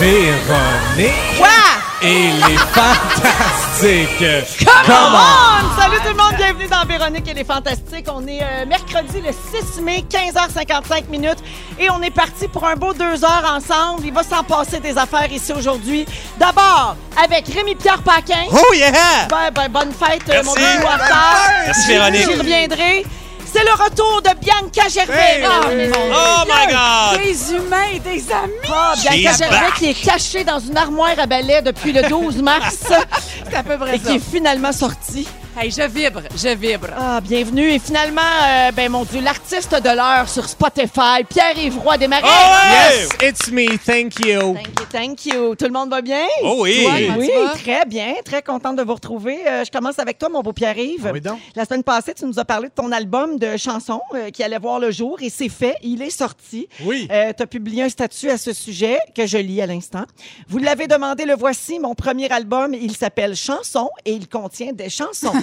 Véronique Quoi? et les Fantastiques. Come, Come on! Salut tout le monde, bienvenue dans Véronique et les Fantastiques. On est euh, mercredi le 6 mai, 15h55 minutes. Et on est parti pour un beau deux heures ensemble. Il va s'en passer des affaires ici aujourd'hui. D'abord, avec Rémi-Pierre Paquin. Oh yeah! Ben, ben, bonne fête, euh, mon Merci. petit Walter. Merci, Véronique. J'y reviendrai. C'est le retour de Bianca Gervais. Hey! Ah, mais mon Dieu. Oh my God! Des humains et des amis! Ah, Bianca She's Gervais back. qui est cachée dans une armoire à balai depuis le 12 mars C'est à peu près et ça. qui est finalement sortie. Hey, je vibre, je vibre. Ah, bienvenue. Et finalement, euh, ben mon Dieu, l'artiste de l'heure sur Spotify, Pierre-Yves Roy Desmarais. Oh, ouais! Yes, it's me, thank you. Thank you, thank you. Tout le monde va bien? Oh oui! Toi, moi, Oui, tu vas? très bien. Très contente de vous retrouver. Euh, je commence avec toi, mon beau Pierre-Yves. Ah oui donc. La semaine passée, tu nous as parlé de ton album de chansons euh, qui allait voir le jour et c'est fait. Il est sorti. Oui. tu as publié un statut à ce sujet que je lis à l'instant. Vous l'avez demandé, le voici, mon premier album. Il s'appelle Chansons et il contient des chansons.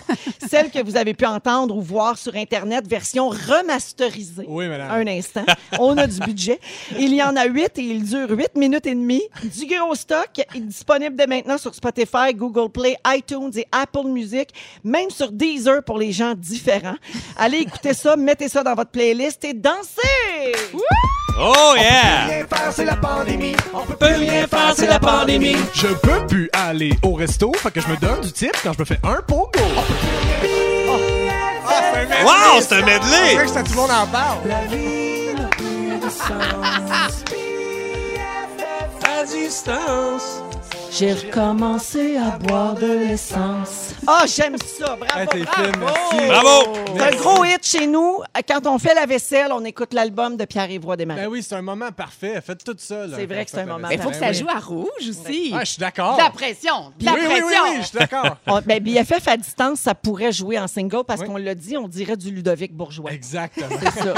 Celles que vous avez pu entendre ou voir sur Internet, version remasterisée. Oui, madame. Un instant. On a du budget. Il y en a huit et il dure huit minutes et demie. Du gros stock est disponible dès maintenant sur Spotify, Google Play, iTunes et Apple Music, même sur Deezer pour les gens différents. Allez écouter ça, mettez ça dans votre playlist et dansez! Oh yeah! Je peux plus aller au resto, fait que je me donne du type quand je me fais un pogo. Wow, c'est un medley! que tout le monde en parle. J'ai recommencé à boire de l'essence. Ah, j'aime ça! Bravo! bravo. Bravo! C'est un gros hit chez nous. Quand on fait la vaisselle, on écoute l'album de Pierre-Yves Roy Desmarais. Ben oui, c'est un moment parfait. Faites tout ça. C'est vrai que c'est un moment Il faut que Ben ça joue à rouge aussi. Ah, je suis d'accord. De la pression, de la Oui, oui, oui, pression. oui, je suis d'accord. On- ben, BFF à distance, ça pourrait jouer en single parce Oui. qu'on l'a dit, on dirait du Ludovic Bourgeois. Exactement. C'est ça.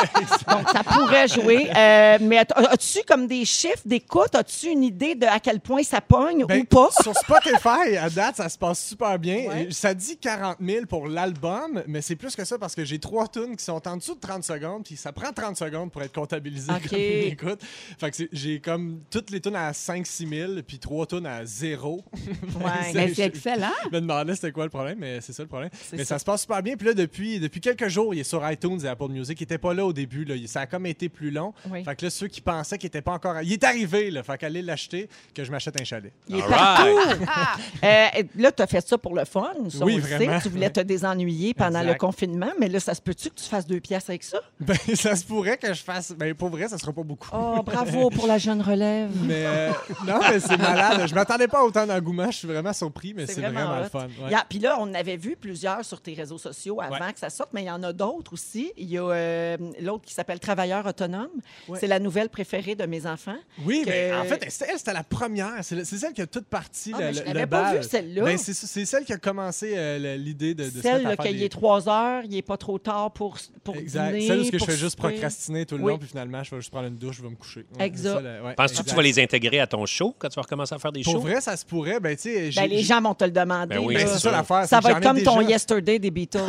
Donc, ça pourrait jouer. Euh, mais as- as-tu comme des chiffres d'écoute? As-tu une idée de à quel point ça pogne Ben, ou pas? Sur Spotify, à date, ça se passe super bien. Et Ça dit 40 000 pour l'album, mais c'est plus que ça parce que j'ai trois tunes qui sont en dessous de 30 secondes, puis ça prend 30 secondes pour être comptabilisé Ok. comme une écoute. Fait que c'est- j'ai comme toutes les tunes à 5-6 000, puis trois tunes à zéro. Ouais. Mais c'est Je- excellent. Je me demandais c'était quoi le problème, mais c'est ça le problème. Mais ça. se passe super bien. Puis là, depuis, depuis quelques jours, il est sur iTunes et Apple Music. Il était pas là au début. Là. Il- Ça a comme été plus long. Oui. Fait que là, ceux qui pensaient qu'il était pas encore... Il est arrivé, là. Fait qu'allez l'acheter, que je m'achète un chalet. Il est All partout. right. Euh, là, tu as fait ça pour le fun. ça, Oui, on le sait. vraiment. Tu voulais te désennuyer pendant Exact. le confinement, mais là, ça se peut-tu que tu fasses deux pièces avec ça? Ben, ça se pourrait que je fasse. Ben, pour vrai, ça sera pas beaucoup. Oh, bravo pour la jeune relève. Mais euh, non, mais c'est malade. Je m'attendais pas à autant d'engouement. Je suis vraiment surpris, mais c'est vraiment, le hot. fun. ouais. Il y a- Puis là, on en avait vu plusieurs sur tes réseaux sociaux avant Ouais. que ça sorte, mais il y en a d'autres aussi. Il y a euh, l'autre qui s'appelle Travailleur autonome. Ouais. C'est la nouvelle préférée de mes enfants. Oui, que- mais en fait, elle, c'était- elle, c'était la première. C'est le- c'est celle qui a toute partie Ah, le, mais je le- l'avais le pas bal. vu, celle-là. Ben, c'est ça, c'est celle qui a commencé euh, le- l'idée de, de se Celle mettre à là, faire qu'il des- est 3 heures, il est pas trop tard pour, pour Exact. dîner. Celle où ce que je pour fais juste souper. procrastiner tout le Oui. long, puis finalement, je vais juste prendre une douche, je vais me coucher. Ouais, Exact. c'est ça, le- ouais, Penses-tu que tu exact. vas les intégrer à ton show quand tu vas recommencer à faire des Pour shows? vrai, ça se pourrait. Ben, tu sais, Ben, j'ai- les gens vont te le demander. Ben oui, là. Ben, c'est ça l'affaire. c'est ça que va être j'en ai comme ton déjà. Yesterday des Beatles.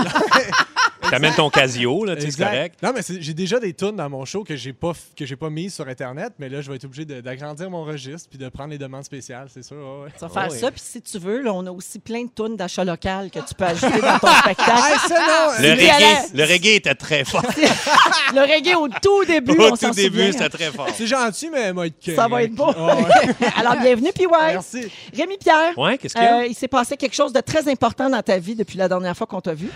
T'amènes ton casio, là, tu sais, c'est Exact. correct? Non, mais c'est- j'ai déjà des tunes dans mon show que j'ai pas f- que j'ai pas mises sur internet, mais là je vais être obligé de- d'agrandir mon registre puis de prendre les demandes spéciales, c'est sûr. ouais, ouais. tu vas faire Ah oui. ça, puis si tu veux, là, on a aussi plein de tunes d'achat local que tu peux ajouter dans ton spectacle. Hey, ça, non, Le euh, Lui, elle reggae, a- le reggae était très fort. Le reggae au tout début, on Au s'en tout début, souvient. c'était très fort. C'est gentil, mais elle va être Ça va correct. être beau. Ah, ouais. Alors, bienvenue, puis ouais. Merci. Rémi Pierre. Ouais, qu'est-ce qu'il y a? euh, il s'est passé quelque chose de très important dans ta vie depuis la dernière fois qu'on t'a vu.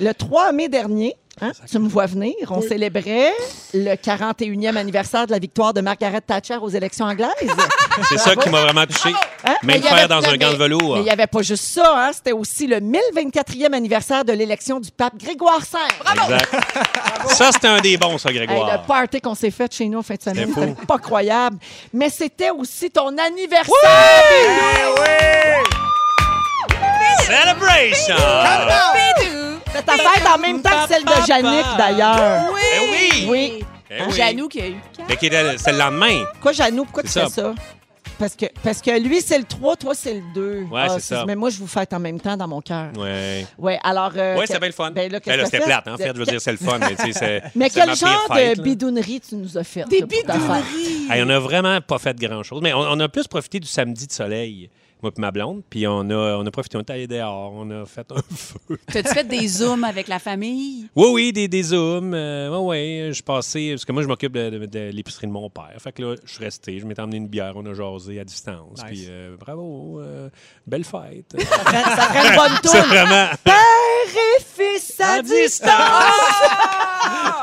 Le 3 mai dernier, hein, tu me vois venir, on célébrait le 41e anniversaire de la victoire de Margaret Thatcher aux élections anglaises. C'est ça qui m'a vraiment touché. Hein? Mais Même il y avait- faire dans un mais- gant de velours. Mais il n'y avait pas juste ça, hein, c'était aussi le 1024e anniversaire de l'élection du pape Grégoire V. Exact. Ça, c'était un des bons, ça, Hey, Grégoire. le party qu'on s'est fait chez nous en fin de semaine, C'était fou. c'était pas croyable. Mais c'était aussi ton anniversaire. Eh Celebration! Bidou! C'est ta fête en même temps que celle de Yannick, d'ailleurs. Oui! Eh oui! Oui. Eh oui. Janou qui a eu quatre. hein? Mais qui était- c'est le lendemain. Quoi, Janou, pourquoi tu C'est fais ça. ça? Parce que, parce que lui, c'est le 3, toi, c'est le 2. Ouais, c'est ça. Mais moi, je vous fête en même temps dans mon cœur. Ouais. Ouais, alors. euh, Ouais, que- c'était bien le fun. Ben là, qu'est-ce que c'était t'as plate, en fait. Je veux dire, c'est le fun. Mais, tu sais, c'est- Mais c'est quel ma pire genre fête, de là. bidounerie tu nous as fait? Des là, pour ta fête? bidonneries. Hey, on n'a vraiment pas fait grand-chose. Mais on, on a plus profité du samedi de soleil, moi et ma blonde. Puis on a, on a profité, on est allé dehors, on a fait un feu. T'as-tu fait des zooms avec la famille? Oui, oui, des, des zooms. euh, oui, oui, je passais... Parce que moi, je m'occupe de, de- de l'épicerie de mon père. Fait que là, je suis resté, je m'étais emmené une bière, on a jasé à distance. Nice. Puis euh, bravo, euh, belle fête. Ça ferait- ça ferait une bonne C'est tourne. vraiment... Ah, Père et fils à distance!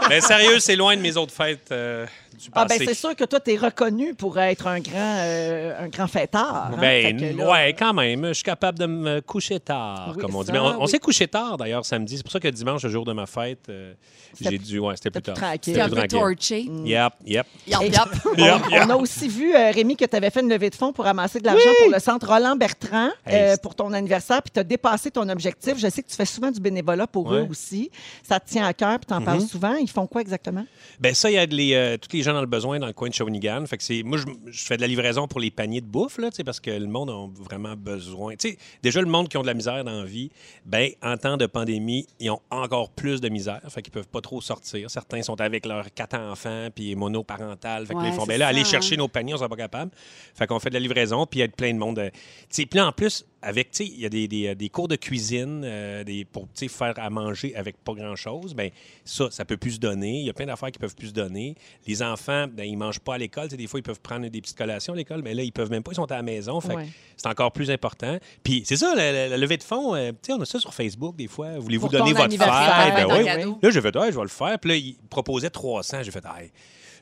Mais sérieux, c'est loin de mes autres fêtes euh, du Ah, passé. ben c'est sûr que toi, t'es reconnu pour être un grand, euh, un grand fêtard. hein. Fait Ben, que là- ouais, quand même. Je suis capable de me coucher tard, Oui, comme on ça, dit. Mais on, on oui. s'est couché tard, d'ailleurs, samedi. C'est pour ça que dimanche, le jour de ma fête, euh, C'était- j'ai dû. Ouais, c'était plus c'était tard. plus tranquille. T'es C'était un plus peu tranquille. torché. Yep, yep. Yop, Et- yop. On, Yep, yep. on a aussi vu, euh, Rémi, que tu avais fait une levée de fonds pour ramasser de l'argent pour le centre Roland-Bertrand Hey, euh, c'est- pour ton anniversaire, puis tu as dépassé ton objectif. Je sais que tu fais souvent du bénévolat pour Ouais. Mm-hmm. eux aussi. Ça te tient à cœur, puis tu en parles souvent. Ils font quoi exactement? Ben ça, il y a les, euh, tous les gens dans le besoin dans le coin de Shawinigan. Fait que c'est, moi, je, je fais de la livraison pour les paniers de bouffe, là, tu sais, parce que le monde a vraiment besoin. Tu sais, déjà, le monde qui ont de la misère dans la vie, ben, en temps de pandémie, ils ont encore plus de misère. Fait qu'ils peuvent pas trop sortir. Certains sont avec leurs quatre enfants, puis monoparentales. Fait que là, ils Ouais, font, c'est ben là, ça, allez hein. ouais. chercher nos paniers, on sera pas capable. Fait qu'on fait de la livraison, puis il y a plein de monde. euh, tu sais, puis là, en plus, avec, tu sais, il y a des, des, euh, des cours de cuisine euh, des, pour, tu sais, faire à manger avec pas grand-chose. Ben ça, ça peut plus se donner. Il y a plein d'affaires qui peuvent plus se donner. Les enfants, ben ils mangent pas à l'école. Tu sais, des fois, ils peuvent prendre des petites collations à l'école, mais là, ils peuvent même pas. Ils sont à la maison. Fait que Ouais. c'est encore plus important. Puis c'est ça, la, la- la levée de fonds, euh, tu sais, on a ça sur Facebook des fois. Voulez-vous Pour ton donner votre fête? anniversaire, Ben ton oui, cadeau. Là, j'ai fait, Ah, je vais le faire. Puis là, il proposait 300. J'ai fait, Hey,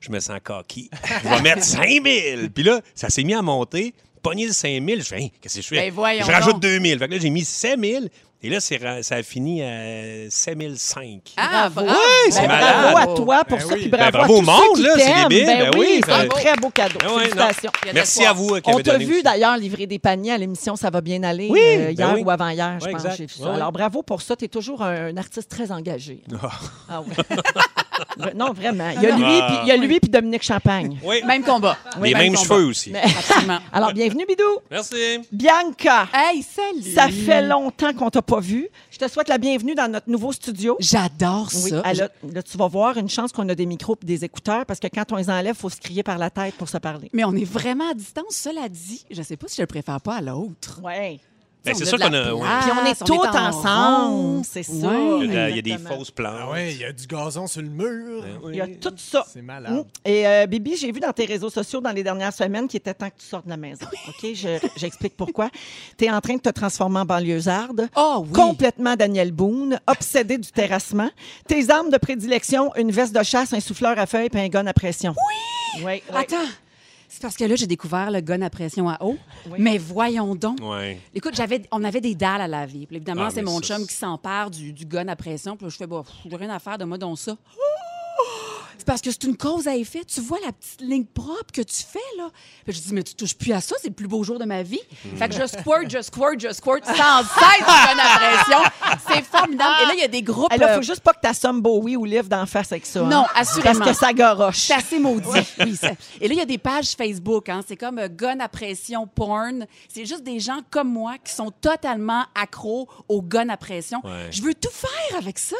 je me sens coquille. Je vais mettre 5000. Puis là, ça s'est mis à monter. Pogné le 5000. Je fais, Hey, qu'est-ce que je fais? Ben, voyons je rajoute donc. 2000. Fait que là, j'ai mis 5000. Et là, c'est ra- ça a fini à 5005. Ah, bravo. Ouais, c'est Ben, malade. bravo à toi pour Ben ça, oui. puis bravo, Ben, bravo à au tous monde, ceux qui là, c'est t'aiment. débile. Ben, Ben oui, oui, c'est un ben- très beau cadeau. Ah ouais, non. Félicitations. Il y a de Merci l'espoir. à vous euh, qui On avez t'a donné vu aussi. d'ailleurs livrer des paniers à l'émission Ça va bien aller Oui, euh, ben hier oui. ou avant-hier, je Ouais, pense. exact. j'ai vu ça. Ouais, ouais. Alors bravo pour ça. Tu es toujours un, un artiste très engagé. Ah oui. Vra- non, vraiment. Il y a lui, Ah. puis il y a lui puis Dominique Champagne. Oui. Même combat. Les mêmes combat. cheveux aussi. Ben, Mais- Absolument. Alors bienvenue Bidou. Merci. Bianca, Hey, salut. ça fait longtemps qu'on t'a pas vu. Je te souhaite la bienvenue dans notre nouveau studio. J'adore Oui, ça. elle a- là, tu vas voir une chance qu'on a des micros et des écouteurs parce que quand on les enlève, il faut se crier par la tête pour se parler. Mais on est vraiment à distance, cela dit. Je sais pas si je le préfère pas à l'autre. Oui. Ben, On c'est a sûr de la qu'on a. ouais. place, Puis on est tous Ah, en ensemble, rond. c'est ça. Ouais. Il y a- il y a des Exactement. fausses plantes. Ah ouais, il y a du gazon sur le mur. Il y a tout euh, ça. C'est malade. Mm. Et euh, Bibi, j'ai vu dans tes réseaux sociaux dans les dernières semaines qu'il était temps que tu sortes de la maison. OK? Je- J'explique pourquoi. Tu es en train de te transformer en banlieusarde. Ah oui. Complètement Daniel Boone, obsédé du terrassement. Tes armes de prédilection, une veste de chasse, un souffleur à feuilles et un gun à pression. Oui! Oui, Attends. C'est parce que là, j'ai découvert le gun à pression à eau. Mais voyons donc. Ouais. Écoute, j'avais, on avait des dalles à laver. Puis évidemment, Ah, c'est mais mon ça, chum c'est- qui s'empare du, du gun à pression. Puis là, je fais, bah, pff, j'ai rien à faire de moi, donc ça. Oh! C'est parce que c'est une cause à effet. Tu vois la petite ligne propre que tu fais, là. Puis je dis, mais tu touches plus à ça, c'est le plus beau jour de ma vie. Hmm. Fait que je squirt, je squirt, je squirt, sans cesse du gun à pression. C'est formidable. Et là, il y a des groupes. Il ne euh, faut juste pas que tu assomes Bowie ou Liv d'en face avec ça. Non, hein. assurément. Parce que ça garoche. C'est assez maudit. Oui, ça- Et là, il y a des pages Facebook. hein. C'est comme euh, gun à pression porn. C'est juste des gens comme moi qui sont totalement accros au gun à pression. Ouais. Je veux tout faire avec ça.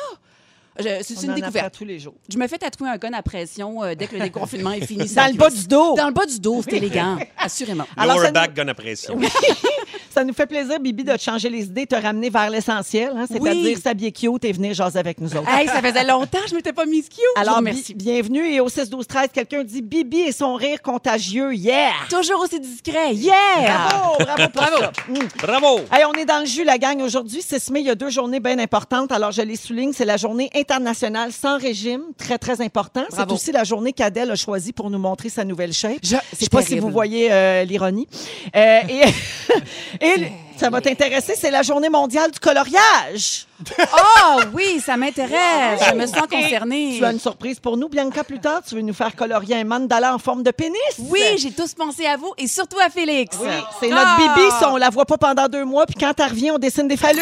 Je- C'est On une en apprend découverte. tous les jours. Je me fais tatouer un gun à pression euh, dès que le déconfinement est fini. Dans le bas du dos. Ah. Dans le bas du dos, c'est élégant, assurément. Alors, ça Lower nous- back gun à pression. Ça nous fait plaisir, Bibi, de te changer les idées, te ramener vers l'essentiel, hein, c'est-à-dire Oui. s'habiller cute et venir jaser avec nous autres. Hey, ça faisait longtemps que je m'étais pas mise cute. Je vous Alors, remercie. bi- bienvenue. Et au 6-12-13, quelqu'un dit Bibi et son rire contagieux. Yeah! Toujours aussi discret. Yeah! Bravo! Bravo! pour ça. Mm. Bravo! Ah. Hey, on est dans le jus, la gang. Aujourd'hui, 6 mai, il y a deux journées bien importantes. Alors, je les souligne. C'est la journée internationale sans régime, très, très important. C'est Bravo. aussi la journée qu'Adèle a choisie pour nous montrer sa nouvelle shape. Je- Je sais c'est pas si terrible. vous voyez euh, l'ironie. Euh, et et le- ça va t'intéresser, c'est la journée mondiale du coloriage. Oh oui, ça m'intéresse. Je me sens concernée. Tu as une surprise pour nous, Bianca, plus tard. Tu veux nous faire colorier un mandala en forme de pénis? Oui, j'ai tous pensé à vous et surtout à Félix. Ah. Oui, C'est notre bibi, ça, on la voit pas pendant deux mois, puis quand elle revient, on dessine des phallus.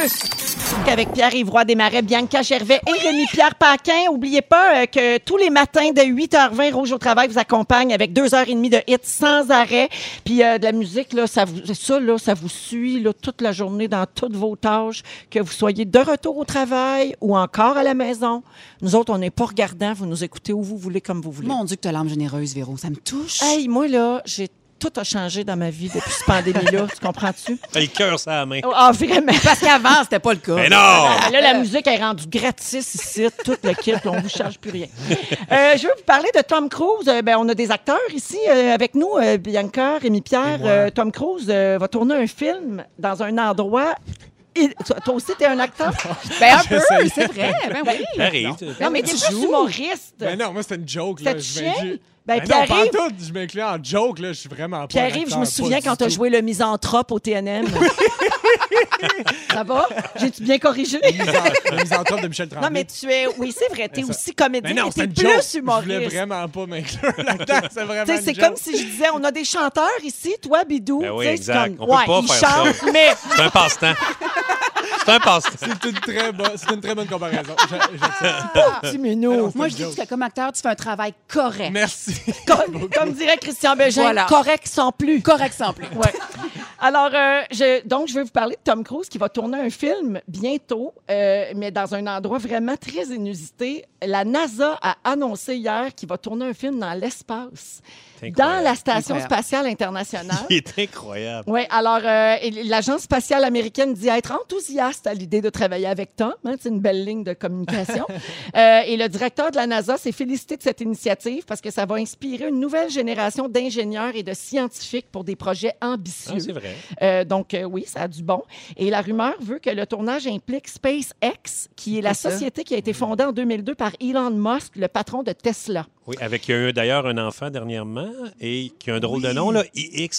Avec Pierre-Yves Roy Desmarais, Bianca Gervais et Rémi-Pierre Paquin. Oubliez pas euh, que tous les matins de 8h20, Rouge au travail vous accompagne avec deux heures et demie de hits sans arrêt. Puis euh, de la musique, là, ça, vous, ça, là, ça vous suit là, toute la journée dans toutes vos tâches, que vous soyez de retour au travail ou encore à la maison. Nous autres, on n'est pas regardants. Vous nous écoutez où vous voulez, comme vous voulez. Mon Dieu, que t'as l'âme généreuse, Véro. Ça me touche. Hey, moi, là, j'ai tout a changé dans ma vie depuis cette pandémie-là. tu comprends-tu? T'as le cœur sur la main. Oh. Ah, vraiment. Parce qu'avant, c'était pas le cas. Mais non! Ah, Là, la musique est rendue gratis ici, tout le kit, on vous charge plus rien. Euh, je veux vous parler de Tom Cruise. Euh, ben, on a des acteurs ici euh, avec nous, euh, Bianca, Rémi Pierre. Euh, Tom Cruise euh, va tourner un film dans un endroit. il- Toi toi aussi, t'es un acteur? Ben, un peu, J'essayais. c'est vrai. Ben oui. J'arrive. Non, mais t'es plus humoriste. Ben non, moi, c'était une joke. là. C'était je chill. m'inclus- Ben, non, pas en Pierre-Yves, tout. Je m'inclus en joke, là. Je suis vraiment pas. Pierre-Yves, je me souviens quand t'as joué le misanthrope au TNM. Ça va? J'ai-tu bien corrigé? La mise en train de Michel Tremblay. Ben Non, mais tu es. Oui, c'est vrai, t'es aussi comédien, Mais non, mais c'est t'es une plus Je voulais humoriste. vraiment pas m'inclure là-dedans. C'est vraiment. Tu sais, une c'est joke. comme si je disais, on a des chanteurs ici, toi, Bidou. Ben tu oui, sais, c'est exact. Comme, On peut ouais, pas ils faire chantent, ça. mais C'est un passe-temps. C'est un passe-temps. C'est une très bonne, c'est une très bonne comparaison. Je- j'accepte. Ben petit minou. Moi, je dis que comme acteur, tu fais un travail correct. Merci. Comme, comme dirait Christian Bégin, Voilà. correct sans plus. Correct sans plus. Ouais. Alors, euh, je, donc, je vais vous parler de Tom Cruise qui va tourner un film bientôt, euh, mais dans un endroit vraiment très inusité. La NASA a annoncé hier qu'il va tourner un film dans l'espace, C'est incroyable. dans la Station Incroyable. spatiale internationale. Il est incroyable. Oui, alors euh, et l'Agence spatiale américaine dit être enthousiaste à l'idée de travailler avec Tom. hein, c'est une belle ligne de communication. Euh, et le directeur de la NASA s'est félicité de cette initiative parce que ça va inspirer une nouvelle génération d'ingénieurs et de scientifiques pour des projets ambitieux. Ah, c'est vrai. Euh, donc, euh, oui, ça a du bon. Et la rumeur veut que le tournage implique SpaceX, qui est la C'est ça. société qui a été fondée en 2002 par Elon Musk, le patron de Tesla. Oui, avec il y a eu d'ailleurs un enfant dernièrement et qui a un drôle de nom, là,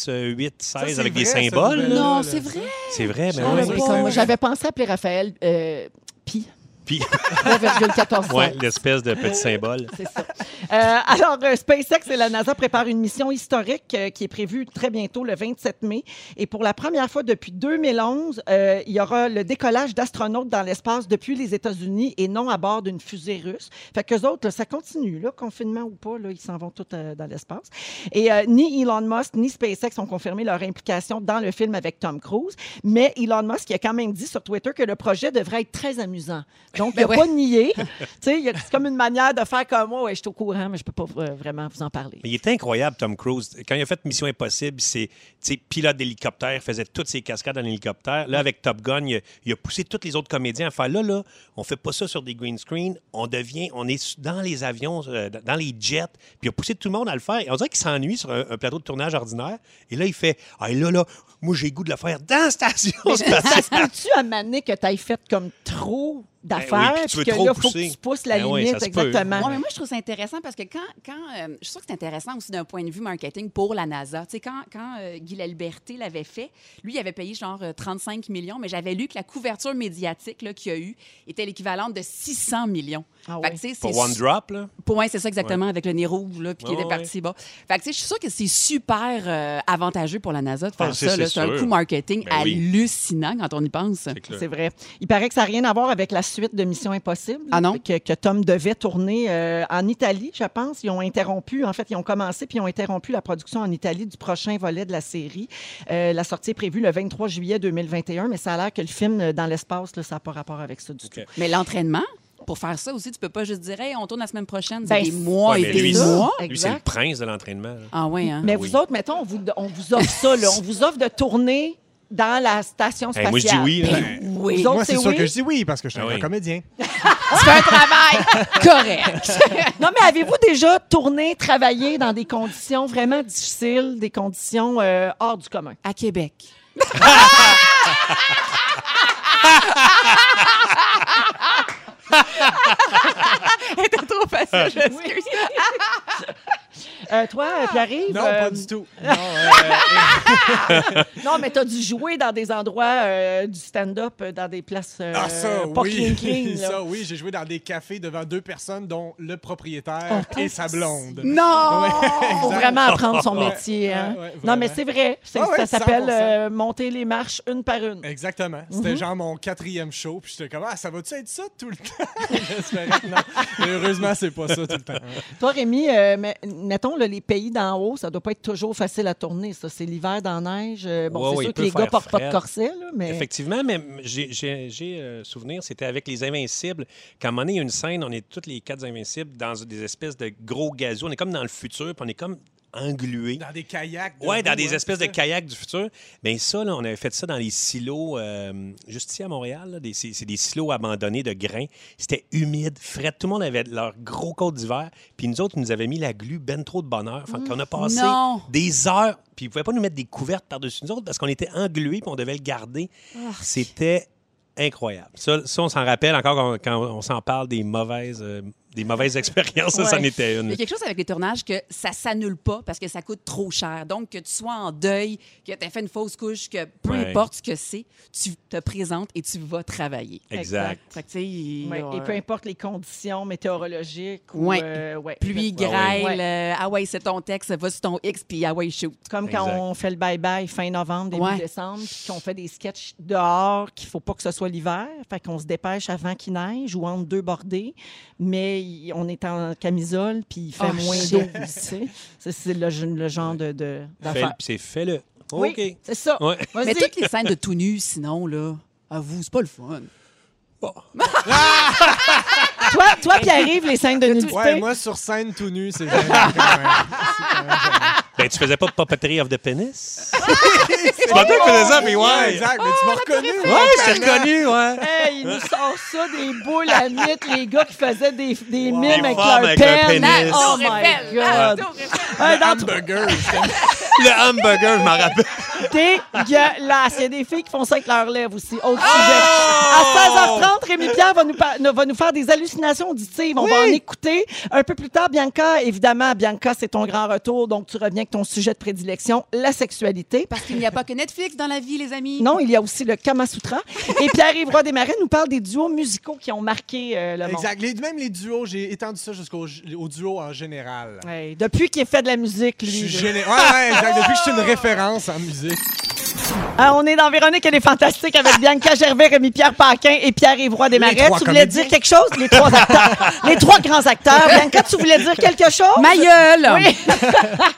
Ça, IX816 c'est avec vrai, des ça, symboles. nouvelle. là. Non, là, c'est là. vrai. C'est vrai, mais Ah, oui, le oui, pauvre, c'est vrai. J'avais pensé appeler Raphaël euh, Pi, Puis, 3,14 ouais, l'espèce de petit symbole. C'est ça. Euh, alors, euh, SpaceX et la NASA préparent une mission historique euh, qui est prévue très bientôt, le 27 mai. Et pour la première fois depuis 2011, euh, il y aura le décollage d'astronautes dans l'espace depuis les États-Unis et non à bord d'une fusée russe. Fait qu'eux autres, là, ça continue, là, confinement ou pas, là, ils s'en vont tous euh, dans l'espace. Et euh, ni Elon Musk ni SpaceX ont confirmé leur implication dans le film avec Tom Cruise, mais Elon Musk a quand même dit sur Twitter que le projet devrait être très amusant. Donc, il n'a Ben ouais. pas nié. Tu sais, il y a- c'est comme une manière de faire comme moi, ouais, je suis au courant, mais je peux pas euh, vraiment vous en parler. Mais il était incroyable, Tom Cruise. Quand il a fait Mission Impossible, c'est tu sais, pilote d'hélicoptère, il faisait toutes ses cascades dans l'hélicoptère. Là, avec Top Gun, il a, il a poussé tous les autres comédiens à faire là, là, on fait pas ça sur des green screen, on devient, on est su- dans les avions, euh, dans les jets, puis il a poussé tout le monde à le faire. Et on dirait qu'il s'ennuie sur un, un plateau de tournage ordinaire. Et là, il fait, ah, là, là, moi, j'ai le goût de le faire dans la station Ça spatiale. se peut-tu à maner que tu aies fait comme trop d'affaires, Ben oui, puis tu veux puis que trop là, faut pousser. que tu pousses la Ben oui, limite, ça se peut. exactement. Ouais, mais moi, je trouve ça intéressant parce que quand. quand euh, je suis sûre que c'est intéressant aussi d'un point de vue marketing pour la NASA. Tu sais, quand, quand euh, Guy Laliberté l'avait fait, lui, il avait payé genre euh, 35 millions, mais j'avais lu que la couverture médiatique là, qu'il y a eu était l'équivalente de 600 millions. Ah Fait que, oui. tu sais, c'est Pour One Drop, là. Pour moi, c'est ça exactement, avec le nez rouge, là, puis qui Ouais, était ouais. parti bas. Fait que, tu sais, je suis sûre que c'est super euh, avantageux pour la NASA de faire Ah, c'est- ça. là. c'est C'est un sûr. coût marketing Ben oui. hallucinant quand on y pense. clair. C'est vrai. Il paraît que ça n'a rien à voir avec la suite de Mission Impossible. Ah non? Que, que Tom devait tourner euh, en Italie, je pense. Ils ont interrompu, en fait, ils ont commencé puis ils ont interrompu la production en Italie du prochain volet de la série. Euh, la sortie est prévue le 23 juillet 2021, mais ça a l'air que le film euh, dans l'espace, là, ça n'a pas rapport avec ça du Ok. tout. Mais l'entraînement, pour faire ça aussi, tu peux pas juste dire, hey, on tourne la semaine prochaine. C'est Ben, des mois Ouais, et mais des lui, c'est- mois. Lui, c'est le prince de l'entraînement. là. Ah ouais, hein? Mais Oui. vous autres, mettons, on vous, on vous offre ça, là. On vous offre de tourner dans la station spatiale. Eh, moi, je dis oui. là. oui. Vous autres, Moi, c'est c'est sûr oui? que je dis oui parce que je suis Ah un oui. comédien. Tu fais un travail correct. Non, mais avez-vous déjà tourné, travaillé dans des conditions vraiment difficiles, des conditions euh, hors du commun? À Québec. C'était trop facile, je m'excuse. Euh, toi, Ah! euh, Pierre-Yves? Non, euh, pas du tout. Non, euh, Non, mais t'as dû jouer dans des endroits euh, du stand-up, euh, dans des places euh, Ah, ça, pas oui. clean-clean, là. ça, oui. J'ai joué dans des cafés devant deux personnes, dont le propriétaire Oh, et sa blonde. Non! Faut Exact. vraiment apprendre son Ouais, métier. hein. ouais, ouais, non, vraiment. mais c'est vrai. C'est- Ah ouais, ça s'appelle 100%. euh, monter les marches une par une. Exactement. C'était Mm-hmm. genre mon quatrième show. Puis j'étais comme, ah, ça va-tu être ça tout le temps? J'espérais que non. Mais heureusement, c'est pas ça tout le temps. Toi, Rémi, euh, mais, mettons là, les pays d'en haut, ça doit pas être toujours facile à tourner. Ça, c'est l'hiver dans la neige. Euh, Bon, Ouais, c'est ouais, sûr il que peut les gars faire portent pas de fret. corset, là, mais Effectivement, mais j'ai- j'ai j'ai, euh, souvenir, c'était avec les Invincibles. Quand on est une scène, on est tous les quatre Invincibles dans des espèces de gros gazous. On est comme dans le futur, puis on est comme englués. Dans des kayaks. de Ouais, dans roue, des hein, espèces de c'est ça. kayaks du futur. Mais ça, là, on avait fait ça dans les silos, euh, juste ici à Montréal. là, des- C'est c'est des silos abandonnés de grains. C'était humide, frais. Tout le monde avait leur gros coat d'hiver. Puis nous autres, ils nous avaient mis la glu, ben trop de bonheur. Fait qu'on a passé Non. des heures. Puis ils pouvaient pas nous mettre des couvertes par-dessus nous autres parce qu'on était englués puis on devait le garder. C'était incroyable. Ça, ça, on s'en rappelle encore quand, quand on s'en parle des mauvaises, euh, des mauvaises expériences. Ça, c'en Ouais. était Il une. y a quelque chose avec les tournages que ça s'annule pas parce que ça coûte trop cher. Donc, que tu sois en deuil, que tu as fait une fausse couche, que peu Ouais. importe ce que c'est, tu te présentes et tu vas travailler. Exact. Fait que, tu sais, il- Ouais, et peu importe les conditions météorologiques ou Ouais. euh, ouais, pluie, je veux dire, grêle, Ouais. euh, ah ouais, c'est ton texte, va sur ton X, puis ah ouais, shoot. Comme quand Exact. on fait le bye-bye fin novembre, début Ouais. décembre, puis qu'on fait des sketchs dehors, qu'il faut pas que ce soit l'hiver, fait qu'on se dépêche avant qu'il neige ou entre deux bordées, mais il- on est en camisole, puis il fait Ah, moins shit. 12, tu sais. Ça, C'est le, gen- le genre de, de- Fais- d'affaire. puis c'est fait-le. Oui, OK. c'est ça. Ouais. Vas-y. Mais toutes les scènes de tout nu, sinon, là, à vous, c'est pas le fun. Toi, toi puis arrive les scènes de nudité. Ouais, moi, sur scène tout nu, c'est gênant quand même. Ben, tu faisais pas Puppetry of the Penis? C'est pas toi qui faisais ça, mais Ouais, ouais. exact. Mais Ah, tu m'as reconnu. Ouais, je t'ai reconnu, ouais. Hey, il nous sort ça des boules à mythe, les gars qui faisaient des, des Wow. mimes Des avec femmes leur, avec leur pen. pénis. Oh Tour my Eiffel, la God. Tour Eiffel. Un Le dans hamburger. j'étais- Le hamburger, je m'en rappelle. dégueulasse. Il y a des filles qui font ça avec leurs lèvres aussi. Autre sujet. À 16h30, Rémi Pierre va nous, par- nous- va nous faire des hallucinations auditives. On va en écouter. Un peu plus tard, Bianca, évidemment, Bianca, c'est ton grand retour. Donc, tu reviens avec ton sujet de prédilection, la sexualité. Parce qu'il n'y a pas que Netflix dans la vie, les amis. Non, il y a aussi le Kama Sutra. Et Pierre-Yves Roy Desmarais nous parle des duos musicaux qui ont marqué euh, le monde. Exact. Les- même les duos, j'ai étendu ça jusqu'au au duo en général. Ouais, depuis qu'il fait de la musique, Je lui. suis là. gêné. Ouais, ouais, exact. Depuis que je suis une référence en musique. Ah, on est dans Véronique, elle est fantastique avec Bianca Gervais, Rémi-Pierre Paquin et Pierre-Yves Roy Les Desmarais. trois Tu voulais comédiens. dire quelque chose? Les trois acteurs. les trois grands acteurs. Bianca, tu voulais dire quelque chose? Ma gueule! Oui.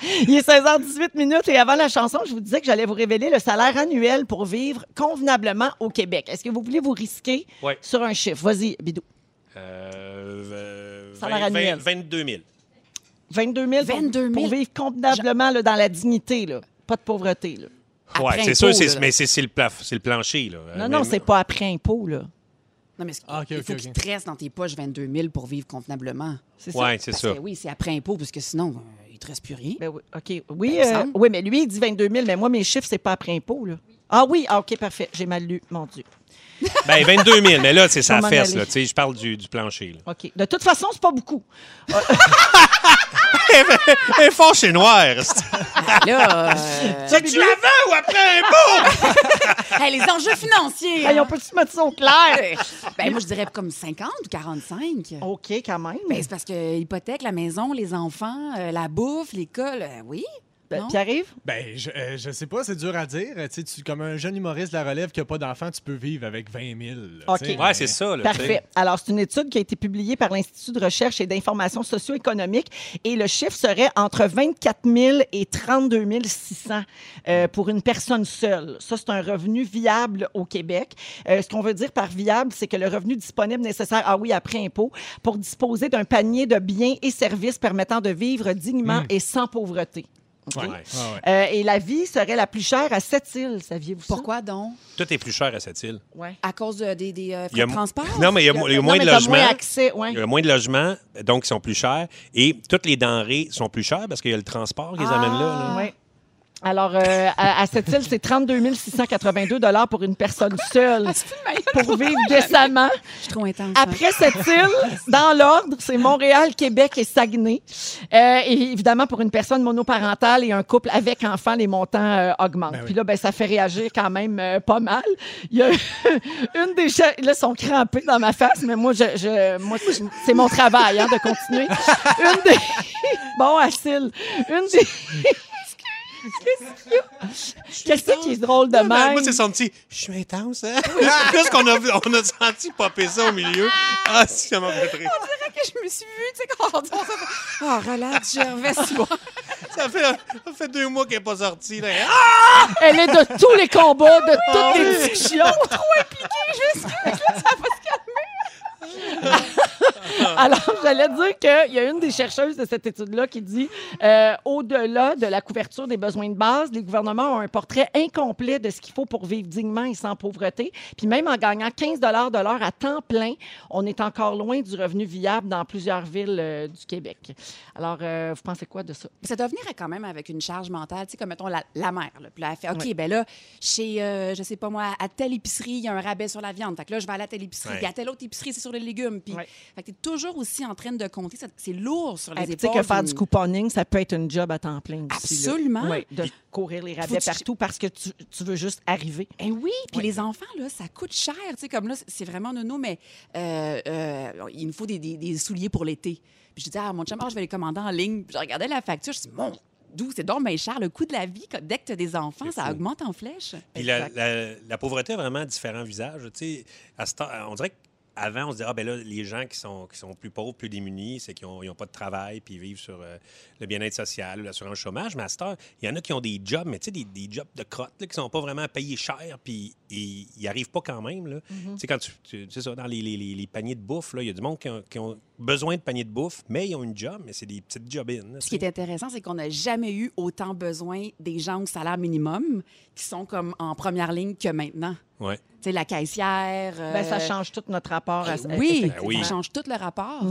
Il est 16h18 minutes et avant la chanson, je vous disais que j'allais vous révéler le salaire annuel pour vivre convenablement au Québec. Est-ce que vous voulez vous risquer Ouais. sur un chiffre? Vas-y, Bidou. Euh, Salaire annuel. 22 000. 22 000, pour- 22 000. pour vivre convenablement là, dans la dignité, là. pas de pauvreté. là. Euh, Après Ouais, c'est impôt, sûr, c'est- là. mais c'est c'est le, plaf- c'est le plancher. Là. Euh, Non, non, c'est pas après impôt. là. Non, mais c'est- Ah, ok, il ok, faut ok. qu'il te reste dans tes poches 22 000 pour vivre convenablement. C'est ça? Oui, Ben, c'est Parce ça. que oui, c'est après impôt, parce que sinon, euh, il te reste plus rien. Ben oui, OK. Oui, Ben, il me euh, semble. oui, mais lui, il dit 22 000, mais moi, mes chiffres, c'est pas après impôt, là. Ah oui, ah, OK, parfait. J'ai mal lu, mon Dieu. Ben, 22 000, mais là, c'est sa m'en fesse. aller. là. Tu sais, Je parle du, du plancher. Là. OK. De toute façon, c'est pas beaucoup. Un fond chez noir. Là, euh, J'ai lu- l'avais ou après impôt? hey, les enjeux financiers! Hey, hein. on peut-tu mettre ça au clair? Ben, moi, je dirais comme 50 ou 45. OK, quand même. Ben, c'est parce que hypothèque, la maison, les enfants, euh, la bouffe, l'école, euh, oui. Ben, non? Pierre-Yves? Ben, je, euh, je sais pas, c'est dur à dire. Tu sais, tu- comme un jeune humoriste de la relève qui a pas d'enfant, tu peux vivre avec 20 000. là, tu sais. Ok. Ouais, c'est ça. Là, tu sais. Parfait. Alors, c'est une étude qui a été publiée par l'Institut de recherche et d'information socio-économique et le chiffre serait entre 24 000 et 32 600 euh, pour une personne seule. Ça, c'est un revenu viable au Québec. Euh, ce qu'on veut dire par viable, c'est que le revenu disponible nécessaire, ah oui, après impôt, pour disposer d'un panier de biens et services permettant de vivre dignement et sans pauvreté. Mmh. Ouais. Ah ouais. Euh, et la vie serait la plus chère à cette île, saviez-vous ça? Pourquoi donc? Tout est plus cher à cette île. Ouais. À cause de- des, des euh, frais Il y a de mo- transport? Non, mais il y a, mo- il y a Non, moins mais de t'as logements. moins accès, ouais. Il y a moins de logements, donc ils sont plus chers. Et toutes les denrées sont plus chères parce qu'il y a le transport qui les amène là. là. Ah. Ouais. Alors, euh, à, à cette île, c'est 32 682 pour une personne seule Ah, c'est plus le meilleur. pour vivre décemment. Je suis trop intense. hein. Après cette île, dans l'ordre, c'est Montréal, Québec et Saguenay. Euh, et évidemment, pour une personne monoparentale et un couple avec enfant, les montants euh, augmentent. Puis là, ben, ça fait réagir quand même euh, pas mal. Il y a une des cha- Là, ils sont crampés dans ma face, mais moi, je, je- moi c'est- c'est mon travail hein, de continuer. Une des... Bon, Asile, une des... Qu'est-ce qu'il y a? Qu'est-ce qui est drôle de même? ben, Moi, c'est son petit. Je suis intense, hein? Plus qu'on a, on a senti popper ça au milieu. Ah, si, ça m'a fait rire. que je me suis vue, tu sais, quand on dit ça. fait, hein. Ah, relax, Gervais, c'est bon. Ça fait, ça fait deux mois qu'elle n'est pas sortie. Là. Ah! Elle est de tous les combats, de toutes les discussions. Alors, j'allais dire qu'il y a une des chercheuses de cette étude-là qui dit euh, au-delà de la couverture des besoins de base, les gouvernements ont un portrait incomplet de ce qu'il faut pour vivre dignement et sans pauvreté. Puis même en gagnant 15 de l'heure à temps plein, on est encore loin du revenu viable dans plusieurs villes euh, du Québec. Alors, euh, vous pensez quoi de ça? Ça doit venir quand même avec une charge mentale, tu sais, comme mettons la, la mère. Là. Puis là, elle fait OK, ben là, chez, euh, je sais pas moi, à telle épicerie, il y a un rabais sur la viande. Fait que là, je vais aller à telle épicerie. Ouais. Puis à telle autre épicerie, c'est sur les légumes. Puis, Ouais. fait que t'es toujours aussi en train de compter. Ça- C'est lourd sur les Hey, puis Tu sais épaules. que faire du Mm. couponing, ça peut être une job à temps plein aussi. là. Absolument. Oui, de courir les rabais Faut-tu- partout parce que tu, tu veux juste arriver. Eh oui, puis les enfants, là, ça coûte cher. Tu sais, comme là, c'est vraiment nono, mais euh, euh, il nous faut des, des- des souliers pour l'été. Puis je disais à mon chum, Ah, je vais les commander en ligne. Puis je regardais la facture, je dis, mon d'où c'est donc bien cher. Le coût de la vie, comme- dès que tu as des enfants, ça augmente en flèche. Puis la, Exact. la- la pauvreté a vraiment différents visages. tu sais. À ce temps- on dirait qu'avant, on se disait, ah, ben là, les gens qui sont, qui sont plus pauvres, plus démunis, c'est qu'ils n'ont pas de travail, puis ils vivent sur euh, le bien-être social, l'assurance chômage. Mais à cette heure, il y en a qui ont des jobs, mais tu sais, des, des jobs de crotte, là, qui sont pas vraiment payés cher, puis ils n'y arrivent pas quand même. là. Mm-hmm. Tu sais, quand tu, tu- tu sais ça, dans les, les- les- les paniers de bouffe, là, il y a du monde qui ont, qui ont besoin de paniers de bouffe, mais ils ont une job, mais c'est des petites jobines. là, Ce qui est intéressant, c'est qu'on n'a jamais eu autant besoin des gens au salaire minimum qui sont comme en première ligne que maintenant. tu sais. Ouais. Tu sais, la caissière. Ben, ça euh, change tout notre rapport à eh ça. Oui, Mm-hmm. Ben oui. ça change tout le rapport.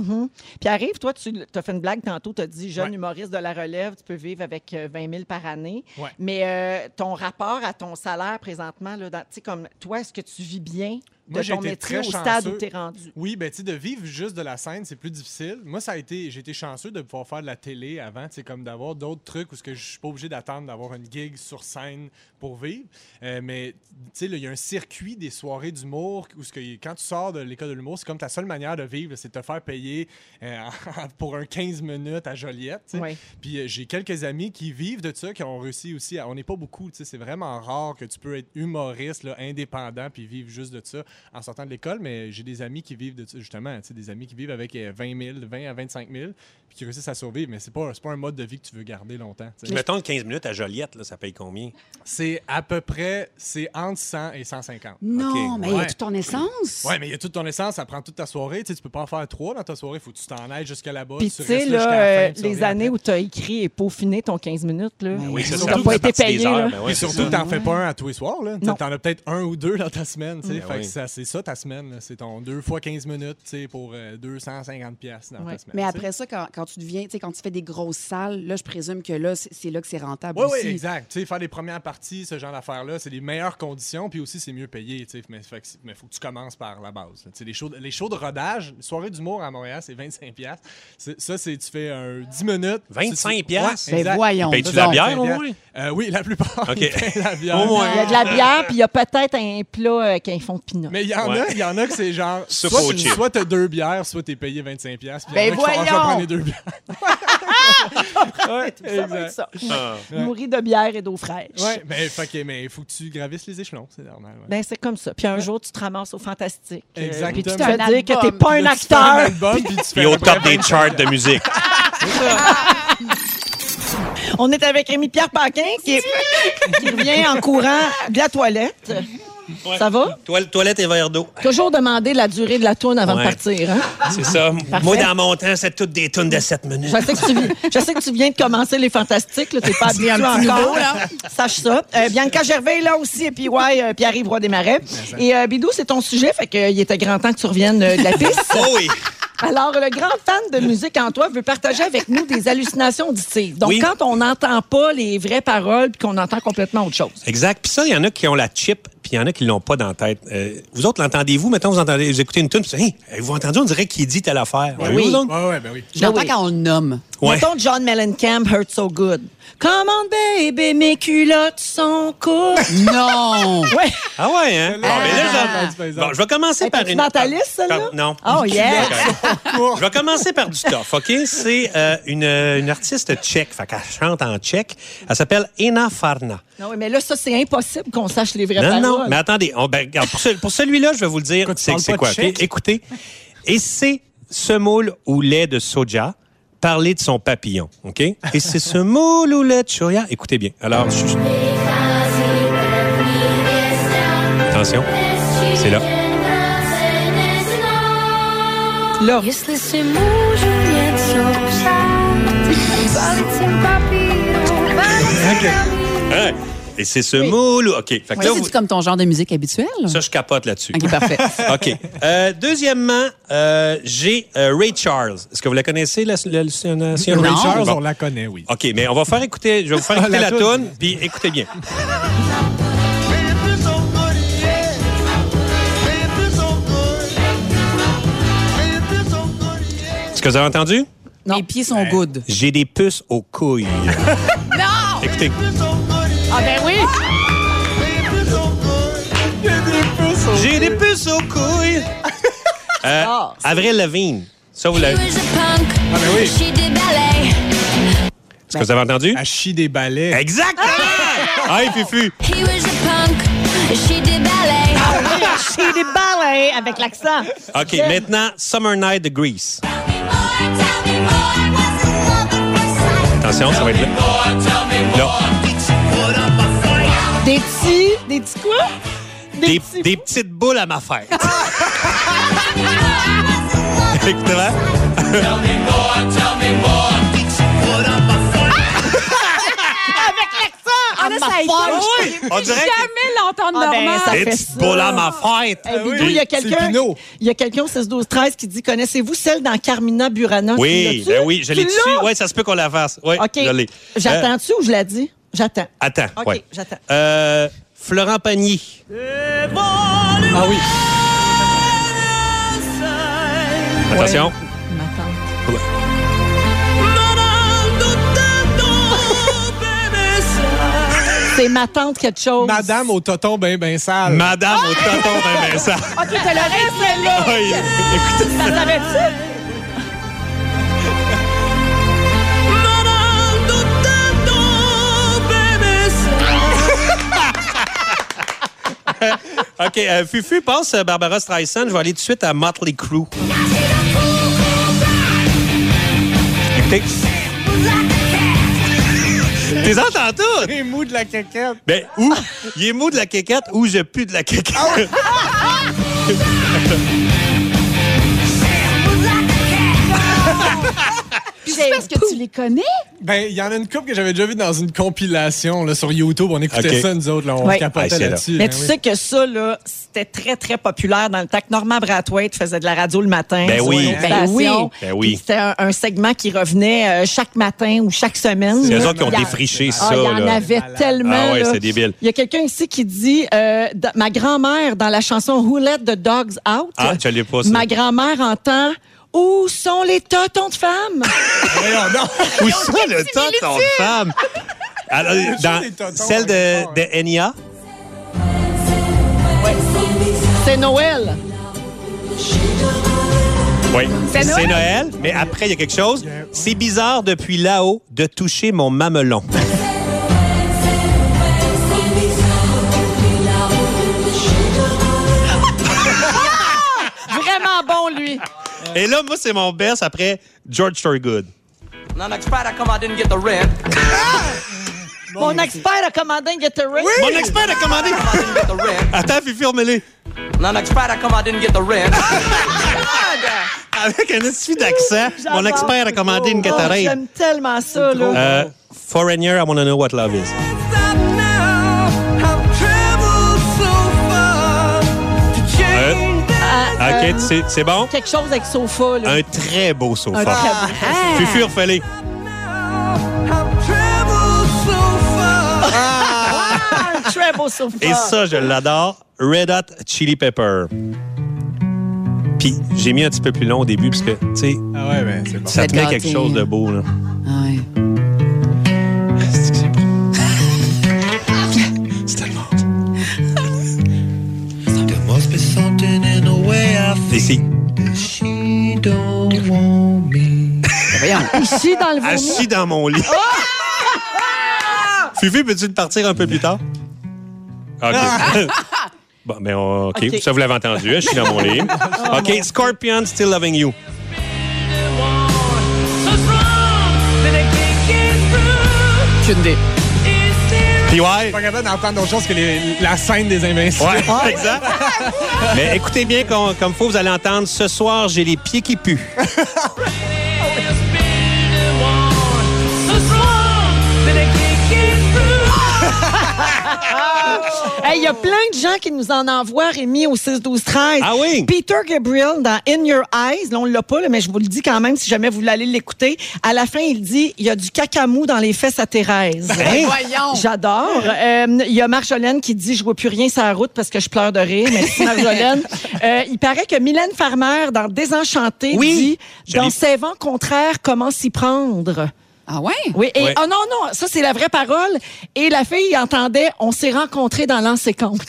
Puis arrive, toi, tu as fait une blague tantôt, tu as dit jeune Ouais. humoriste de la relève, tu peux vivre avec euh, 20 000 par année. Ouais. Mais euh, ton rapport à ton salaire présentement, là, dans- tu sais, comme toi, est-ce que tu vis bien de Moi, j'ai ton été métier au très stade chanceux. où tu es rendu? Oui, ben tu sais, de vivre juste de la scène, c'est plus difficile. Moi, ça a été, j'ai été chanceux de pouvoir faire de la télé avant, tu sais, comme d'avoir d'autres trucs où ce que je suis pas obligé d'attendre d'avoir une gig sur scène pour vivre. Euh, mais tu sais, là, il y a un circuit des soirées d'humour où ce que quand tu sors de l'école de l'humour, c'est comme ta seule manière de vivre, c'est de te faire payer euh, pour un 15 minutes à Joliette. tu sais. Oui. Puis euh, j'ai quelques amis qui vivent de ça, qui ont réussi aussi. à- on n'est pas beaucoup, tu sais, c'est vraiment rare que tu peux être humoriste, là, indépendant, puis vivre juste de ça en sortant de l'école. Mais j'ai des amis qui vivent de ça, justement, tu sais, des amis qui vivent avec euh, 20 000, 20 000 à 25 000, puis qui réussissent à survivre. Mais c'est pas, c'est pas un mode de vie que tu veux garder longtemps. tu Puis sais. mettons le 15 minutes à Joliette, là, ça paye combien? C'est à peu près, c'est entre 100 et 150. Non, mais il y a Ouais. toute ton essence. Ouais, mais il y a toute ton essence, ça prend toute ta soirée. Tu sais, tu peux pas en faire trois dans ta soirée, faut que tu t'en ailles jusqu'à là-bas. Puis tu tu sais, restes là jusqu'à la là, fin, euh, puis tu les reviens années après. Ben où tu as écrit et peaufiné ton 15 minutes, là, Oui, ça ça, n'a ça pas fait été partie des payé. heures, là. ben ouais, Puis c'est surtout, ça. t'en fais pas un à tous les soirs. Là. T'en Non. t'en as peut-être un ou deux dans ta semaine. tu sais. Ben Fait que oui. ça- c'est ça ta semaine. là. C'est ton deux fois 15 minutes tu sais, pour euh, 250 pièces dans Ouais. ta semaine. Mais tu sais. après ça, quand, quand tu deviens, tu sais, quand tu fais des grosses salles, là, je présume que là, c'est c'est là que c'est rentable Oui, oui, aussi. exact. Tu sais, faire les premières parties, ce genre d'affaires-là, c'est les meilleures conditions, puis aussi c'est mieux payé. tu sais. Mais il faut que tu commences par la base. là. Tu sais, Les shows, de- les shows de rodage, soirée d'humour à Montréal, c'est 25 pièces. Ça, c'est tu fais un 10 minutes. 25 Tu- tu- piastres? Ouais, Ben exact. voyons. donc. Payes-tu la bière au 25 moins? Euh, oui, la plupart. OK. ils payent la bière. Au moins. Il y a de la bière, puis il y a peut-être un plat euh, qu'ils font de pinot. Mais il y en Ouais. a, il y en a que c'est genre Soupe soit au tu- chip. soit t'as deux bières, soit t'es payé 25 pièces. Ben voyons! prendre les deux bières. ouais, Ça va être exact. ça. Ah. Ouais. Nourri de bière et d'eau fraîche. Ouais, mais fait que- mais faut que tu gravisses les échelons, c'est normal. ouais. Ben, c'est comme ça. Puis un jour, tu te ramasses au fantastique. Euh, Exactement. Puis tu te Puis fais tu fais un dire que t'es album. pas un Là, tu fais acteur. album, puis tu fais Puis au à peu près top des 25 charts de musique. On est avec Rémi-Pierre Paquin qui, est- qui revient en courant de la toilette. Ça va? Toile- toilette et verre d'eau. Toujours demander la durée de la tourne avant de Ouais. partir. Hein? C'est ça. Moi, dans mon temps, c'est toutes des tunes de 7 minutes. Je, sais que tu, vi- je sais que tu viens de commencer les fantastiques. là. T'es pas habitué encore. Sache ça. Euh, Bianca Gervais est là aussi. Et puis, ouais, euh, Pierre-Yves Roy des Marais. Et euh, Bidou, c'est ton sujet. Fait qu'il était grand temps que tu reviennes euh, de euh, la piste. Oh oui. Alors, le grand fan de musique Antoine veut partager avec nous des hallucinations auditives. Donc, Oui. quand on n'entend pas les vraies paroles puis qu'on entend complètement autre chose. Exact. Puis ça, il y en a qui ont la chip, puis il y en a qui l'ont pas dans la tête. Euh, vous autres, l'entendez-vous? Mettons, vous, entendez, vous écoutez une tune, puis vous dites, Hey, avez-vous entendu? On dirait qu'il dit telle affaire. Ouais, Avez-vous, oui. vous autres? Ouais, ouais, ben oui. Je l'entends oui. quand on le nomme. Ouais. Mettons John Mellencamp, Hurt So Good. Come on, baby, mes culottes sont courtes. Non! ouais. Ah ouais, hein? Bon, Ah. ben là, j'en- Entendu, par exemple. Bon, je vais commencer Hey, par t'es-tu une... dans ta par- liste, celle-là? par- Non. Oh, yeah. Je vais commencer par du tough, OK? C'est euh, une, une artiste tchèque, fait qu'elle chante en tchèque. Elle s'appelle Ena Farna. Non, oui, mais là, ça, c'est impossible qu'on sache les vraies Non, paroles. non, mais attendez. on- ben, regarde, pour ce- pour celui-là, je vais vous le dire. Pourquoi tu C'est parles c'est pas quoi? de ok? chèque? Écoutez. Et c'est ce moule ou lait de soja. Parler de son papillon, OK? Et c'est ce moule ou lait de soja. Écoutez bien. Alors, je- attention. C'est là. Là, Jestli si můžu něco přát, zbalit jsem papíru, balit Hein? Et c'est ce moule ou... OK. Fait que Ça, là, c'est-tu vous- comme ton genre de musique habituelle? ça, je capote là-dessus. OK, parfait. OK. Euh, deuxièmement, euh, j'ai euh, Ray Charles. Est-ce que vous la connaissez, la, la, la- la- la- Non. Ray Charles, Charles? Bon. on la connaît, oui. OK, mais on va faire écouter, je vais vous faire écouter La la, toune. toune, puis écoutez bien. Est-ce que vous avez entendu? Mes pieds sont good. J'ai des puces aux couilles. Non! Écoutez. Ah ben oui! J'ai des puces aux couilles. Euh, Ah, c'est- Avril Lavigne. Ça, vous l'avez. She was a punk, ben oui. she did ballet. Est-ce que vous avez entendu? Ah. Elle chie des balais. Exactement! Hey, Fufu! He was a punk, she did ballet. c'est des balais avec l'accent. OK, maintenant, Summer Night de Grease. Attention, ça va être là. Là. Des petits, des petits quoi? Des, petits- des petites boules à ma fête. Écoutez là. Ah, là, ça Ah écoute. On dirait que Jamais l'entendre Ah, ben, normal. ça des fait petites ça. boules à ma fête. Hey, Bidou, il y a c'est quelqu'un Pinault. il y a quelqu'un au 16 12 13 qui dit connaissez-vous celle dans Carmina Burana Tu Oui, l'as-tu? ben oui, je l'ai Tu dessus. l'as? Oui, ça se peut qu'on la fasse. Oui, je l'ai. OK. J'attends-tu ou je la dis J'attends. Euh, attends. OK, ouais. j'attends. Euh, Florent Pagny. Ah oui. Attention. Ma tante. C'est ma tante quelque chose. Madame au toton ben ben sale. Madame au tonton ben ben ça. OK, t'as le reste celle-là. Ah, Oui, Écoutez. Ça savait-tu OK, euh, Fufu passe euh, Barbara Streisand. Je vais aller tout de suite à Motley Crue. Écoutez. T'es entends toutes? Les mous de la caquette. Ben, ou il est mou de la quéquette ou je pue de la quéquette. Puis c'est parce que tu les connais? Ben, il y en a une coupe que j'avais déjà vue dans une compilation là, sur YouTube. On écoutait Ok. ça, nous autres. Là, on Ouais. capotait Ah, c'est là. là-dessus. Mais ben tu oui. sais que ça là, c'était très très populaire dans le temps que Norman Brathwaite faisait de la radio le matin. Ben sur oui. une autre station. Ben oui. Puis C'était un, un segment qui revenait euh, chaque matin ou chaque semaine. C'est là. eux autres qui ont Il y a- défriché Ah, ça. il y en là. avait Malade. tellement. Ah ouais, là. c'est débile. Il y a quelqu'un ici qui dit euh, d- ma grand-mère dans la chanson Who Let the Dogs Out. Ah, je l'ai pas, ça. Ma grand-mère entend Où sont les totons de femmes Voyons donc. Où ça, le tonton de femme? Alors, dans des tontons, celle hein, de, de Enya, C'est Noël. oui. c'est Noël. mais après, il y a quelque chose. C'est bizarre depuis là-haut de toucher mon mamelon. Vraiment bon, lui. Et là, moi, c'est mon best après George Thorogood. And I'm excited I come I didn't get the rent. Mon expert a commandé un Gatorade. Oh, Mon expert a commandé. I didn't get the rent. Attends, Fifi, remets-les. And I'm excited I come I didn't get the rent. Avec un esprit d'accent, mon expert a commandé une Oh, Gatorade. J'aime tellement ça, là. Euh, Foreigner, I wanna know what love is. Ah, Euh, Ah, OK. mais euh, c'est c'est bon. Quelque chose avec sofa, là. Un Ah! très beau Un sofa. très beau. Fufu Orphelé. Un Ah, très beau sofa. Et ça, je l'adore. Red Hot Chili Pepper. Puis j'ai mis un petit peu plus long au début parce que, tu sais, Ah ouais, ben, c'est bon. ça Faites te met quelque gâter. chose de beau, là. Ouais. Et c'est Ben Ici, dans le vomi. assis dans mon lit. Fufu, peux-tu le partir un peu plus tard? OK. bon, mais on- OK. OK. Ça, vous l'avez entendu. hein, Je suis dans mon lit. OK. Scorpion, Still Loving You. Puis ouais. Je suis pas capable d'entendre autre chose que les- la scène des Invincibles. Ouais, exact. Mais écoutez bien com- comme faut, vous allez entendre ce soir, j'ai les pieds qui puent. Hey, Il y a plein de gens qui nous en envoient, Rémi, au 6-12-13. Oh. Ah oui? Peter Gabriel, dans In Your Eyes, là, on l'a pas, là, mais je vous le dis quand même si jamais vous voulez l'écouter. À la fin, il dit il y a du cacamou dans les fesses à Thérèse. Ben voyons. J'adore. Euh, Il y a Marjolaine qui dit Je vois plus rien sur la route parce que je pleure de rire. Merci, Marjolaine. Euh, il paraît que Mylène Farmer, dans Désenchantée, Oui, dit je Dans l'ai- ces vents contraires, comment s'y prendre Ah ouais? oui, et Ouais. oh non, non, ça c'est la vraie parole. Et la fille entendait, on s'est rencontrés dans l'an 50.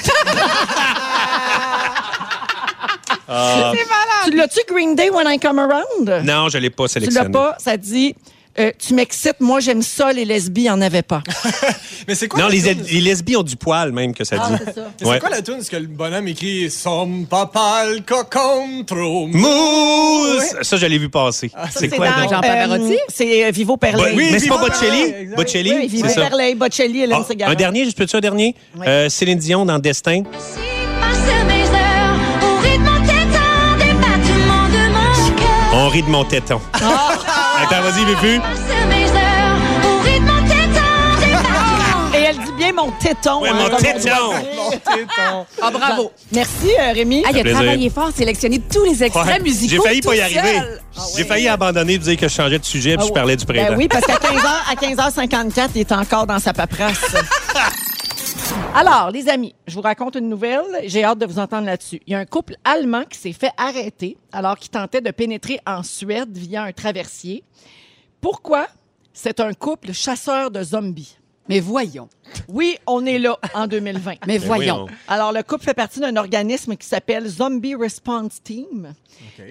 Tu l'as-tu Green Day When I Come Around? Ah. Non, je ne l'ai pas tu l'as sélectionné. pas, ça dit, euh, tu m'excites, moi j'aime ça, les lesbies en avaient pas. Mais c'est quoi Non, la les, tune? les lesbies ont du poil, même, que ça dit. Mais Ouais. C'est quoi la tune? Ce que le bonhomme écrit Som papal cocontro. Mousse! Ça, je l'ai vu passer. Ah, Ça, c'est quoi, dans, donc? Jean Pavarotti? euh, c'est euh, Vivo Bo- Perlé. oui, mais c'est pas Vivo Bocelli. Perlé, exact. Bocelli, Oui, Vivo c'est ça. Perlé, Bocelli, Hélène Ah, Segarra. un dernier, je peux-tu un dernier? Euh, Céline Dion dans Destin. Passer mes heures au rythme entêtant des battements de mon cœur. On rit de mon téton. Attends, vas-y, Vépu. Passer mes heures au rythme entêtant des battements. Et elle dit bien mon téton. Ouais, hein, mon comme on dit. téton. Mon téton. Ah, bravo. Merci euh, Rémi. Ah, il a plaisir. travaillé fort, sélectionné tous les extraits Ouais. musicaux. J'ai failli pas y tout arriver. seul. J'ai failli abandonner et dire que je changeais de sujet puis je parlais du printemps. Ben oui, parce qu'à 15h, à 15h54, il est encore dans sa paperasse. Alors, les amis, je vous raconte une nouvelle. J'ai hâte de vous entendre là-dessus. Il y a un couple allemand qui s'est fait arrêter alors qu'il tentait de pénétrer en Suède via un traversier. Pourquoi? C'est un couple chasseur de zombies. Mais voyons. Oui, on est là en 2020. Mais Ben voyons. voyons. Alors, le couple fait partie d'un organisme qui s'appelle Zombie Response Team.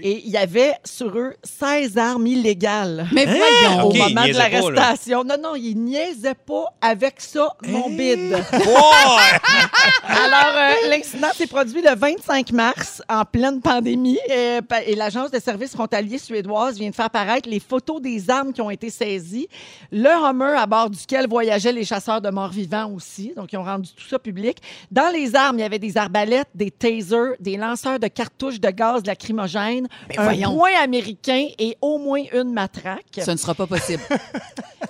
Et il y avait sur eux 16 armes illégales Mais voyons. Hein? OK, au moment il de niaisait pas, l'arrestation. Non, non, il niaisait pas avec ça, Hein? mon bide. Ouais! Alors, euh, l'incident s'est produit le 25 mars, en pleine pandémie, euh, pa- et l'Agence de services frontaliers suédoise vient de faire paraître les photos des armes qui ont été saisies, le Hummer à bord duquel voyageaient les chasseurs de morts vivants aussi, donc ils ont rendu tout ça public. Dans les armes, il y avait des arbalètes, des tasers, des lanceurs de cartouches de gaz lacrymogène, un voyons. point américain et au moins une matraque. Ça ne sera pas possible.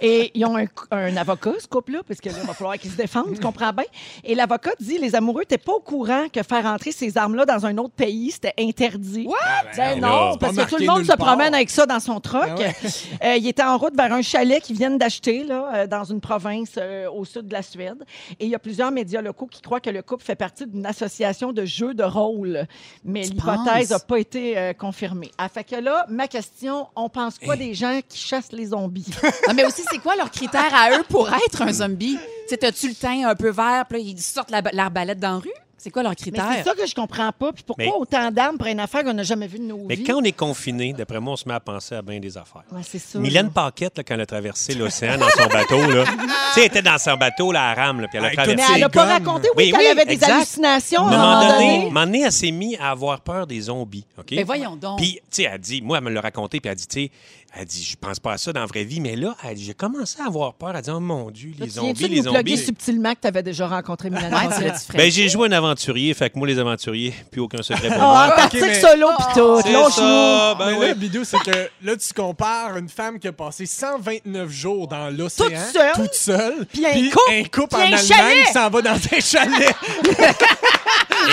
Et ils ont un, un avocat, ce couple-là, parce que là, il va falloir qu'ils se défendent, tu comprends bien. Et l'avocat dit les amoureux n'étaient pas au courant que faire entrer ces armes-là dans un autre pays, c'était interdit. Ah, Ben non, non, parce c'est pas que tout le marqué monde nulle se part. promène avec ça dans son truck. Ah ouais. Euh, il était en route vers un chalet qu'ils viennent d'acheter là, euh, dans une province euh, au sud de la Suède. Et il y a plusieurs médias locaux qui croient que le couple fait partie d'une association de jeux de rôle. Mais Tu l'hypothèse penses? n'a pas été euh, confirmée. Ah, fait que là, ma question, on pense quoi des gens qui chassent les zombies? Non, mais aussi, c'est quoi leur critère à eux pour être un zombie? C'est as-tu le teint un peu vert, puis là, ils sortent la- l'arbalète dans la rue? C'est quoi leur Mais critère? c'est ça que je comprends pas. Puis pourquoi Mais- autant d'armes pour une affaire qu'on n'a jamais vue de nos Mais vies? quand on est confiné, d'après moi, on se met à penser à bien des affaires. Ouais, c'est ça. Mylène Paquette, là, quand elle a traversé l'océan dans son bateau, là. tu sais, elle était dans son bateau, là, à rame, là, puis elle a Avec Ah, Mais traversé. toutes elle n'a C'est pas gomme. raconté, oui, Oui, qu'elle oui, avait des exact. hallucinations À à un moment donné, à un donné. moment donné, elle s'est mise à avoir peur des zombies. OK? Mais Ben, voyons donc. Puis, tu sais, elle dit, moi, elle me l'a raconté, puis elle dit, tu sais, Elle dit, je pense pas à ça dans la vraie vie, mais là, elle dit, j'ai commencé à avoir peur. Elle dit, oh mon Dieu, les tu viens-tu zombies, de les nous plugger zombies. subtilement que tu avais déjà rencontré Mylène Ouais, Jonca? tu l'as dit, Fred. Ben, j'ai joué un aventurier, fait que moi, les aventuriers, plus aucun secret pour Ah, moi. Antarctique mais- solo pis tout. Ah, C'est Lâche-nous. ça, ben mais là, oui. Bidou, c'est que là, tu compares une femme qui a passé 129 jours dans l'océan, Toute seule. toute seule, Puis un couple, un couple puis en un Allemagne chalet. qui s'en va dans un chalet.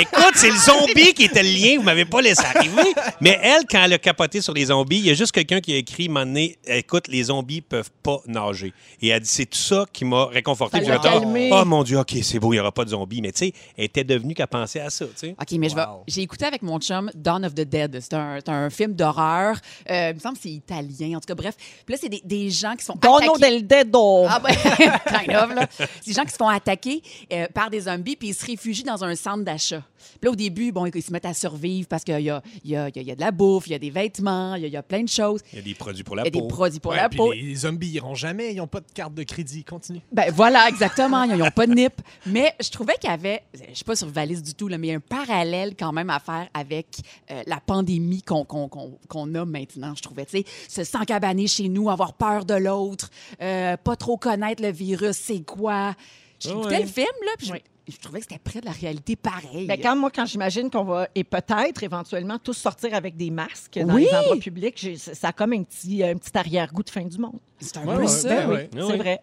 Écoute, c'est le zombie qui était le lien, vous m'avez pas laissé arriver. Mais elle, quand elle a capoté sur les zombies, il y a juste quelqu'un qui a écrit, un moment donné, écoute, les zombies peuvent pas nager. Et elle dit, c'est tout ça qui m'a réconforté. Fallait Puis j'ai fait, calmer. oh mon Dieu, OK, c'est beau, il y aura pas de zombies. Mais tu sais, elle était devenue qu'à penser à ça, tu sais. OK, mais je vais- j'ai écouté avec mon chum Dawn of the Dead. C'est un, c'est un film d'horreur. Euh, il me semble que c'est italien. En tout cas, bref. Puis là, c'est des, des gens qui sont Dono attaqués. del dedo. Ah ben, kind of, là. C'est des gens qui se font attaquer euh, par des zombies puis ils se réfugient dans un centre d'achat. Puis là, au début, bon, ils se mettent à survivre parce qu'il y a, il y, a, il y a de la bouffe, il y a des vêtements, il y a, il y a plein de choses. Il y a des produits pour la Il y a peau. des produits pour Ouais, la puis peau. les zombies iront jamais, ils n'ont pas de carte de crédit. Continue. Ben voilà, exactement. Ils n'ont pas de nip. Mais je trouvais qu'il y avait, je ne suis pas sur valise du tout, là, mais il y a un parallèle quand même à faire avec euh, la pandémie qu'on qu'on- qu'on- qu'on a maintenant, je trouvais. Tu sais, se s'encabaner chez nous, avoir peur de l'autre, euh, pas trop connaître le virus, c'est quoi. J'ai Ah écouté ouais. le film, là, puis je- Oui. je, trouvais que c'était près de la réalité pareil. Ben, quand moi, quand j'imagine qu'on va, et peut-être éventuellement, tous sortir avec des masques dans Oui. les endroits publics, j'ai- ça a comme un petit, un petit arrière-goût de fin du monde. C'est un Ouais, peu ouais, ça. ben oui. ouais. Ah c'est oui. vrai.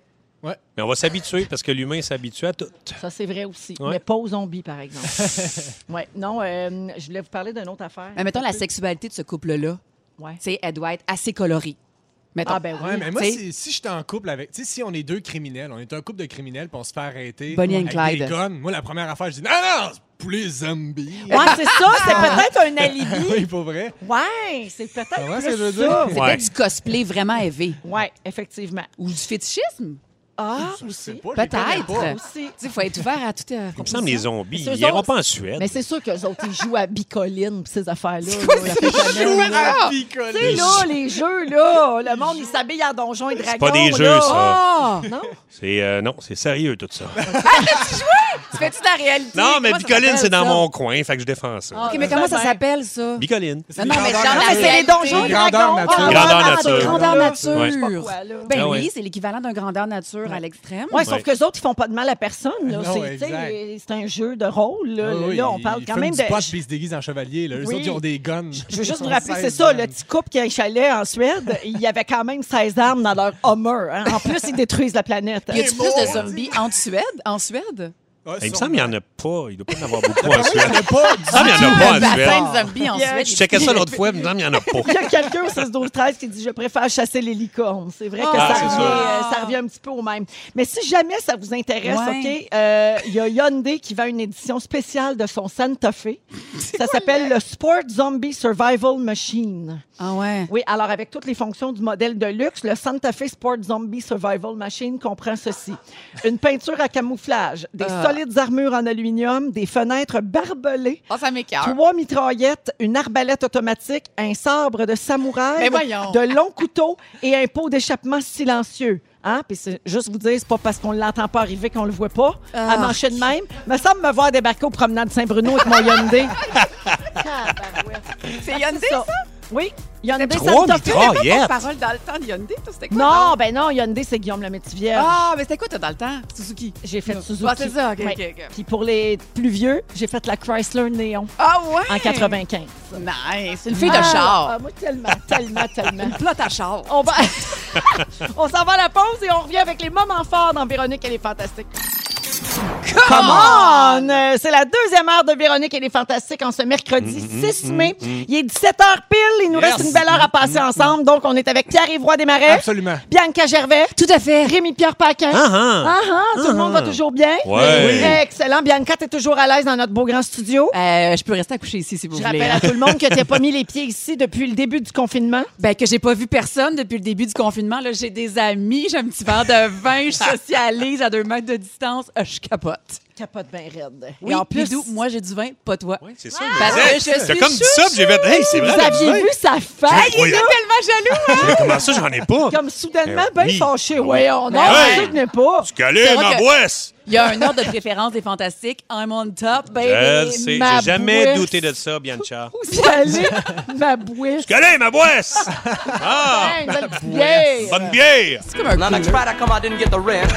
Mais on va s'habituer parce que l'humain s'habitue à tout. Ça, c'est vrai aussi. Ouais. Mais pas aux zombies, par exemple. ouais. Non, euh, je voulais vous parler d'une autre affaire. Mais Ben, mettons la sexualité de ce couple-là. Ouais. Tu sais, elle doit être assez colorée. Mettons. Ah, ben oui. Ouais, mais moi, T'sais- si, si j'étais en couple avec. Tu sais, si on est deux criminels, on est un couple de criminels, puis on se fait arrêter. Bonnie and avec Clyde. Des guns, moi, la première affaire, je dis non, non, c'est pour les zombies. Ouais, c'est ça, c'est peut-être un alibi. oui, pour vrai. Ah Ouais, c'est peut-être Ah Ouais, plus c'est ce que je veux ça. dire. C'était Ouais. du cosplay vraiment élevé. Ouais, effectivement. Ou du fétichisme. Ah, Je sais aussi. pas, je les connais Peut-être. pas. Aussi. Il faut être ouvert à toute euh, Il me semble les zombies, Mais ceux ils iront autres- pas en Suède. Mais c'est sûr qu'eux autres, ils jouent à bicoline pis ces affaires-là. là, la Je fête de jouais Noël, là. à la Tu sais, picolée. là, les jeux, là, le monde, il s'habille en donjon et dragon. pas des là. jeux, ça. Ah! Non? C'est euh, non, c'est sérieux tout ça. Tu fais-tu de la réalité? non, mais Comment ça Bicoline, s'appelle, c'est dans ça? Ah, mon coin, fait que je défends ça. OK, mais comment ça s'appelle, ça? Bicoline. C'est Non, non, des mais grandeurs dans la mais c'est les naturelles. donjons et Grandeur dragons. nature. Ah, Grandeur nature. Grandeur là. nature. Ouais. Je sais pas quoi, là. Ben Ah ouais. oui, c'est l'équivalent d'un grandeur nature à l'extrême. Ouais, sauf Ouais. que les autres, ils font pas de mal à personne. là. Non, C'est- tu sais, exact. les- C'est un jeu de rôle. Là, Ah oui, Là, on ils parle quand fument même du de. pot, puis ils se déguisent en chevalier. là. Eux Oui. autres, ils ont des guns. Je veux juste vous rappeler, c'est ça, le petit couple qui a échalé en Suède, il y avait quand même 16 armes dans leur Hummer. hein. En plus, ils détruisent la planète. hein. Y a-tu Et plus de mon- hein? zombies en Suède? En Suède? Il me semble qu'il n'y en a pas. Il doit pas y en avoir beaucoup en Suède. a pas. du- Ah, Il me semble qu'il n'y en a pas Un en Suède. Ah. bassin de zombies en Il y a- Suède. Je checkais ça l'autre fois, il me semble qu'il n'y en a Il y pas. a quelqu'un au 16 12 13 qui dit je préfère chasser les licornes. C'est vrai que Ah, ça, c'est revient, ça. euh, ça revient un petit peu au même. Mais si jamais ça vous intéresse, Ouais. OK, euh, il y a Hyundai qui vend une édition spéciale de son Santa Fe. Ça s'appelle le Sport Zombie Survival Machine. Ah ouais. Oui, alors avec toutes les fonctions du modèle de luxe, le Santa Fe Sport Zombie Survival Machine comprend ceci. Une peinture à camouflage, des Ah. solides armures en aluminium, des fenêtres barbelées, Ah, ça m'écœure. Trois mitraillettes, une arbalète automatique, un sabre de samouraï, Mais voyons. de longs couteaux et un pot d'échappement silencieux. Hein? Puis c'est juste vous dire, c'est pas parce qu'on l'entend pas arriver qu'on le voit pas. Ah. À mancher de même. Me semble me voir débarquer au promenade Saint-Bruno avec mon Hyundai. C'est Hyundai, ça? Oui, Eh ben, Hyundai Trois Santa Fe. mitraillettes. Parole dans le temps de Hyundai, toi, c'était quoi? Non, ben non, Hyundai, c'est Guillaume Lemaitre-Vierge. Ah, mais c'était quoi, toi, dans le temps? Suzuki. J'ai fait Suzuki. Ah, c'est ça, OK, Ouais. OK, OK. Puis pour les plus vieux, j'ai fait la Chrysler Néon Ah ouais? en 95. Nice. Une fille de Ah, char. ah, moi, tellement, tellement, tellement. Une plot à char. On va. on s'en va à la pause et on revient avec les moments forts dans Véronique, elle est fantastique. Come on! Euh, C'est la deuxième heure de Véronique, elle est fantastique en ce mercredi Mm, 6 mai. Il est 17h pile, il nous Yes. reste une belle heure à Mm, passer ensemble. Donc, on est avec Pierre-Yves Roy Desmarais, Absolument. Bianca Gervais, Tout à fait. Rémi-Pierre Paquin. Ah, ah. Ah, ah, tout le monde va Ah. toujours bien? Ouais. Oui. Excellent. Bianca, t'es toujours à l'aise dans notre beau grand studio? Euh, je peux rester à coucher ici si vous Je voulez. hein. rappelle à tout le monde que t'as pas mis les pieds ici depuis le début du confinement. Ben, que j'ai pas vu personne depuis le début du confinement. Là, j'ai des amis, j'ai un petit verre de vin, je socialise à deux mètres de distance. Euh, je capote. T'as pas de bain raide. Oui, Et en plus, Bidou, moi, j'ai du vin, pas toi. Oui, c'est ça. Parce mais- que je T'as suis comme dit ça, puis j'ai fait, hey, c'est vous vrai. aviez ben, vu sa Ah, face? il était tellement jaloux! hein. Mais Comment ça, j'en ai pas? Comme soudainement, Eh ben oui. fâché. Ouais, on a Hey! sûr que n'est pas. Calais, C'est vrai ma que- boisse! Il y a un ordre de préférence des fantastiques. I'm on top, Je le baby. sais, ma j'ai jamais bouesse. douté de ça, Bianca. Salé, ma bouche. Calais, ma boisse! Ah! Hey, belle petite bière. Bonne bière! C'est comme un Not cooler. expired, I come out didn't get the rent.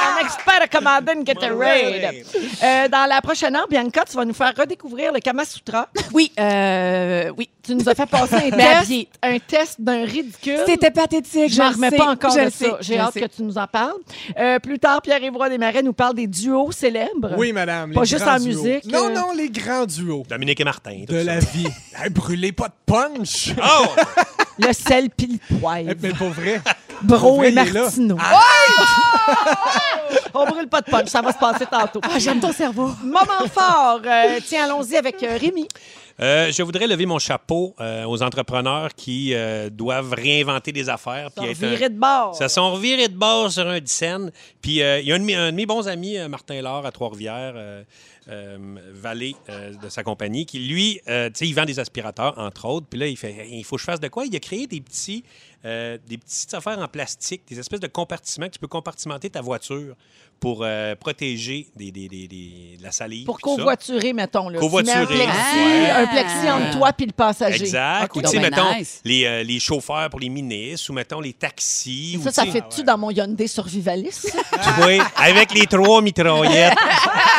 Un expert à commander une get a raid. Euh, dans la prochaine heure, Bianca, tu vas nous faire redécouvrir le Kama Sutra. Oui, euh, oui. Tu nous as fait passer un Mais test, habillée. un test d'un ridicule. C'était pathétique. Je Je n'en le remets sais, pas encore je de le sais, ça. J'ai je le hâte sais. que tu nous en parles. Euh, plus tard, Pierre-Évoix Desmarais nous parle des duos célèbres. Oui, madame. Pas les juste grands en duos. musique, Non, euh, non, les grands duos Dominique et Martin. tout de ça. la vie. Hey, brûlez pas de punch! Oh! Le sel pis le poivre. Hey, Mais pour vrai, Bro vrai, et il est là. Martino. Ah. On brûle pas de punch, ça va se passer tantôt. Ah, J'aime ton cerveau. Moment fort. Euh, tiens, allons-y avec euh, Rémi. Euh, je voudrais lever mon chapeau euh, aux entrepreneurs qui euh, doivent réinventer des affaires. Ça puis être un- revirait de bord. Ça se sont revirés de bord sur un dixaine. Puis euh, il y a un de, mes, un de mes bons amis, euh, Martin Laure, à Trois-Rivières, euh, euh, valet euh, de sa compagnie, qui lui, euh, tu sais, il vend des aspirateurs, entre autres. Puis là, il fait Hey, il faut que je fasse de quoi Il a créé des petits. euh, des petites affaires en plastique, des espèces de compartiments que tu peux compartimenter ta voiture pour euh, protéger des, des- des- des- de la salive. Pour puis tout ça. covoiturer, mettons. Là. Tu mets un Covoiturer, plexi, ouais. un plexi entre toi puis le passager. Exact. OK. Ou, Donc, tu sais, ben, mettons, nice. les, euh, les chauffeurs pour les ministres, ou mettons, les taxis. ou, Ça, ça tu sais, ah fait-tu dans mon Hyundai survivaliste? Oui, avec les trois mitraillettes.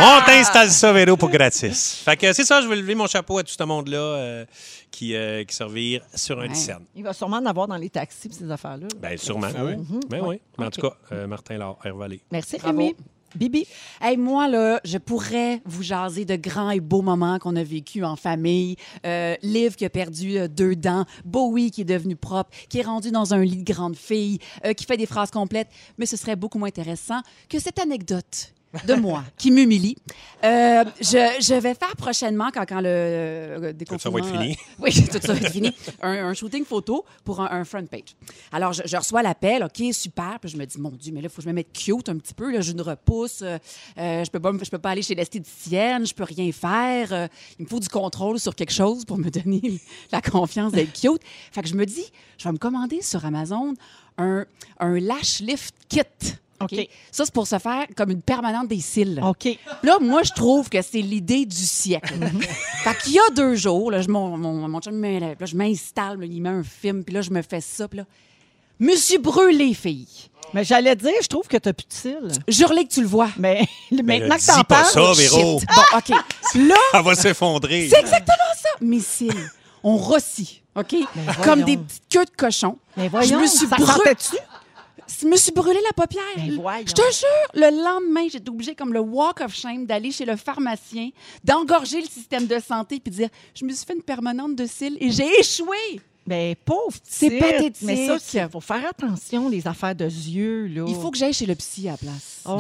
On t'installe ça, Véro, pour gratis. Fait que c'est ça, je veux lever mon chapeau à tout ce monde-là euh, qui, euh, qui se revire sur un Ouais. dixaine. Il va sûrement en avoir dans les taxis pis ces affaires-là. Bien, sûrement. Ah oui? Ben oui. Mais Mhm. en Ok. tout cas, euh, Martin Laure, Hervalé. Merci, Bravo. Rémi. Bibi. Hey, moi, là, je pourrais vous jaser de grands et beaux moments qu'on a vécu en famille. Euh, Liv qui a perdu euh, deux dents. Bowie qui est devenu propre, qui est rendu dans un lit de grande fille, euh, qui fait des phrases complètes. Mais ce serait beaucoup moins intéressant que cette anecdote de moi qui m'humilie. Euh, je, je vais faire prochainement, quand, quand le euh, ça va être déconfinement, fini. euh, oui, tout ça va être fini. Un, un shooting photo pour un, un front page. Alors, je, je reçois l'appel, OK, super. Puis je me dis, mon Dieu, mais là, il faut que je me mette cute un petit peu. Là, je ne repousse. euh, euh, je peux pas, me- je peux pas aller chez l'esthéticienne. Je peux rien faire. euh, il me faut du contrôle sur quelque chose pour me donner la confiance d'être cute. Fait que je me dis, je vais me commander sur Amazon un, un lash lift kit. OK. Ça, c'est pour se faire comme une permanente des cils. OK. Là, moi, je trouve que c'est l'idée du siècle. fait qu'il y a deux jours, là, je, mon, mon, mon chum, me- là, je m'installe, là, il met un film, puis là, je me fais ça, puis là, me suis brûlée, fille. Mais j'allais dire, je trouve que t'as plus de cils. Jure-les que tu le vois. Mais maintenant que Ben, dis t'en pas parles... ça. Oh, Véro. Shit. Bon, OK. là, Elle va s'effondrer. c'est exactement ça. Mes cils, on rossit, OK? Comme voyons. des petites queues de cochon. Mais voyons, je me suis ça brûlée. sentait-tu? Je me suis brûlé la paupière. Ben voyons. je te jure, le lendemain, j'étais obligée, comme le walk of shame, d'aller chez le pharmacien, d'engorger le système de santé puis dire Je me suis fait une permanente de cils et j'ai échoué. Ben, pauvre C'est petite. pathétique. Mais ça, il faut faire attention, les affaires de yeux, là. Il faut que j'aille chez le psy à la place. Oh.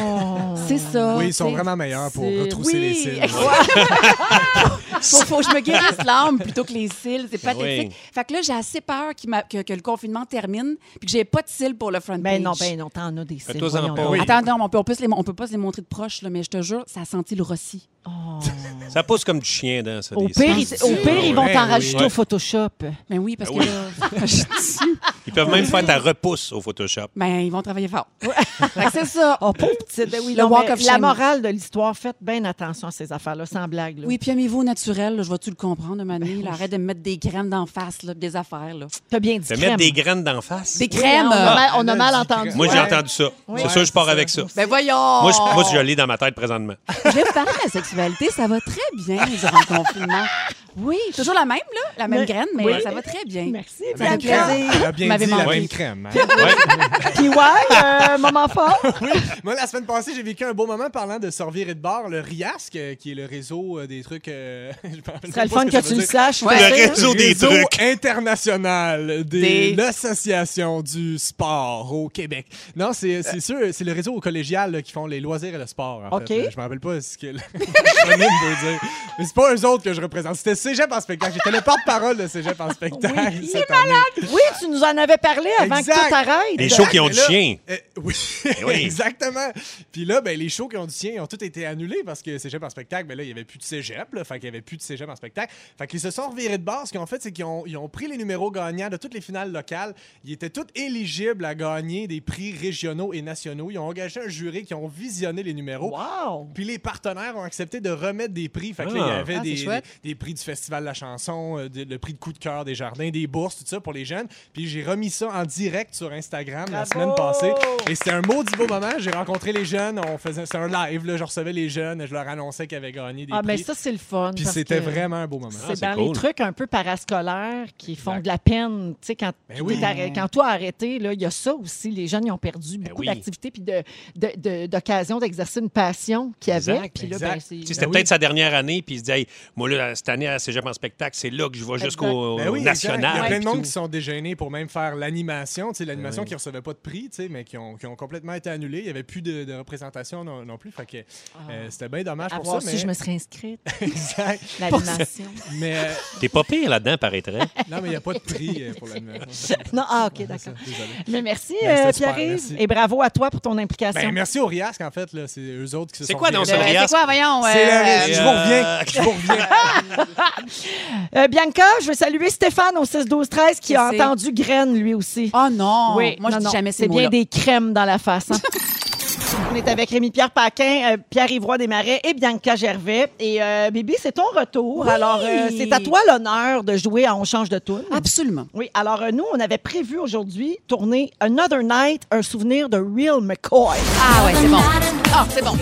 C'est ça. oui, ils sont t'sais. vraiment meilleurs pour c'est- retrousser les Oui. cils. faut, faut que je me guérisse l'âme plutôt que les cils. C'est Ben pathétique. Oui. Fait que là, j'ai assez peur qu'il m'a- que, que le confinement termine puis que j'ai pas de cils pour le front Ben page. non, ben non, t'en as des cils. Fais-toi-en voyons pas. donc. Oui. Attends, attends, on peut, on peut se les, mon- on peut pas se les montrer de proche, là, mais je te jure, ça a senti le rossi. Ça pousse comme du chien, dans ça. Au des pire, cils. ils, au pire, ils vont Ouais, t'en oui. rajouter au Ouais. Photoshop. Mais oui, parce Ben que oui. là, je dis- Ils peuvent même faire ta repousse au Photoshop. Ben, ils vont travailler fort. Fait que c'est ça. Oh, pauvre petite. Ben oui, Le non, walk mais of la shame. morale de l'histoire, faites bien attention à ces affaires-là, sans blague. Là. Oui, puis aimez-vous au naturel, là, je vais-tu le comprendre, Mané? Arrête de me mettre des graines d'en face, là, des affaires. Là. T'as bien dit Te crème. mettre des graines d'en face. Des euh, crèmes! On a mal, on a Elle a mal dit entendu. crème. Moi, j'ai Ouais. entendu ça. Oui. C'est sûr, je pars avec ça. Ben voyons! Moi, je, moi, je l'ai dans ma tête présentement. Oh. Je vais vous parler de la sexualité, ça va très bien durant le confinement. Oui, toujours la même, là, la même Mais- graine, mais oui. ça va très bien. Merci, La même Bianca. crème. Elle a bien M'avez dit la manqué. même crème. hein. Ouais. Puis ouais, euh, moment fort. Oui. Moi, la semaine passée, j'ai vécu un beau moment parlant de sortir et de bar, le RIASC, euh, qui est le réseau euh, des trucs. euh, je me rappelle Ce serait même le pas ce fun que ça tu veut le dire. saches. Ouais. Fred. Le réseau des trucs. international de Des- l'Association du sport au Québec. Non, c'est c'est sûr, c'est le réseau collégial là, qui font les loisirs et le sport. En OK. fait. Euh, Je me rappelle pas ce que. patronyme veut dire. Mais c'est pas eux autres que je représente. C'était Cégep en spectacle. J'étais le porte-parole de Cégep en spectacle. Oui, il est cette année. Oui, tu nous en avais parlé avant que Exact. tout arrête. Les shows qui ont Mais du là, chien. Ben euh, oui, oui. exactement. Puis là, ben, les shows qui ont du chien ils ont tous été annulés parce que Cégep en spectacle, ben là, il n'y avait plus de Cégep. Là, fait qu'il n'y avait plus de Cégep en spectacle. Fait qu'ils se sont revirés de base. Ce qu'ils ont fait, c'est qu'ils ont, ils ont pris les numéros gagnants de toutes les finales locales. Ils étaient tous éligibles à gagner des prix régionaux et nationaux. Ils ont engagé un jury qui ont visionné les numéros. Wow! Puis les partenaires ont accepté de remettre des prix. Fait que là, il y Ah. avait Ah, c'est des, chouette. des- des prix du Festival de la chanson, euh, des- le prix de coup de cœur des jardins, des bourses, tout ça pour les jeunes. Puis j'ai remis ça en direct sur Instagram la Bravo! semaine passée. Et c'était un maudit beau moment. J'ai rencontré les jeunes. On faisait c'est un live. Là, je recevais les jeunes et je leur annonçais qu'ils avaient gagné des Ah, mais prix. ça, c'est le fun. Puis parce c'était que vraiment un beau moment. Ah, C'est c'est dans les cool. trucs un peu parascolaires qui font Exact. de la peine. Tu sais, quand, Ben tout oui. est arrêt- quand toi arrêté, là, il y a ça aussi. Les jeunes, ils ont perdu Ben beaucoup oui. d'activités puis de- de- de- d'occasions d'exercer une passion qu'ils avaient. Exact, Puis là, exact. ben, c'est- Tu sais, C'était Ben peut-être oui. sa dernière année, puis il se dit, Hey, moi, là, cette année, à Cégep en spectacle, c'est là que je vais jusqu'au Ben oui, exact. national. Il y a puis plein de monde tout. Ben qui sont déjeunés pour même faire l'animation, tu sais, l'animation qui recevait pas de prix, tu sais, mais qui ont, qui ont complètement été annulés. Il y avait plus de, de représentation non, non plus. Fait que euh, c'était bien dommage Ah. À pour voir ça. si je mais... me serais inscrite. Exact. L'animation. Mais euh, T'es pas pire là-dedans, paraîtrait. non, mais il n'y a pas de prix euh, pour l'animation. non, ah, OK, d'accord. Désolé. Mais merci, Ben, c'était euh, super, Pierre-Yves. merci. Et bravo à toi pour ton implication. Ben, merci aux Riasques, en fait. là. C'est eux autres qui se C'est sont quoi dans Euh, virés. ce- C'est quoi, voyons? C'est euh, la- Je vous reviens. Je vous reviens. Euh, Bianca, je veux saluer Stéphane au 6-12-13 qui a Qui c'est? entendu graine lui aussi. Oh non! Moi, non, je dis non, jamais ces C'est bien mots-là. des crèmes dans la face. hein. On est avec Rémi-Pierre Paquin, euh, Pierre-Yvroy Desmarais et Bianca Gervais. Et euh, Bibi, c'est ton retour. Oui! Alors, euh, c'est à toi l'honneur de jouer à On change de tour. Absolument. Oui, alors euh, nous, on avait prévu aujourd'hui tourner Another Night, un souvenir de Real McCoy. Ah ouais, c'est bon. Ah, c'est bon.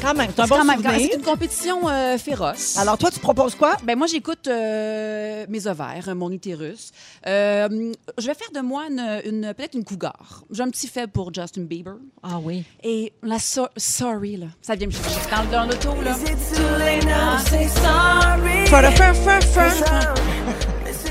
Quand même, c'est un C'est bon quand même- Ah, souvenir. C'est une compétition euh, féroce. Alors toi, tu proposes quoi? Ben moi, j'écoute euh, mes ovaires, mon utérus. Euh, je vais faire de moi une, une- peut-être une cougar. J'ai un petit faible pour Justin Bieber. Ah oui. Et la so- sorry, là, ça vient me chercher. Dans, dans l'auto, là.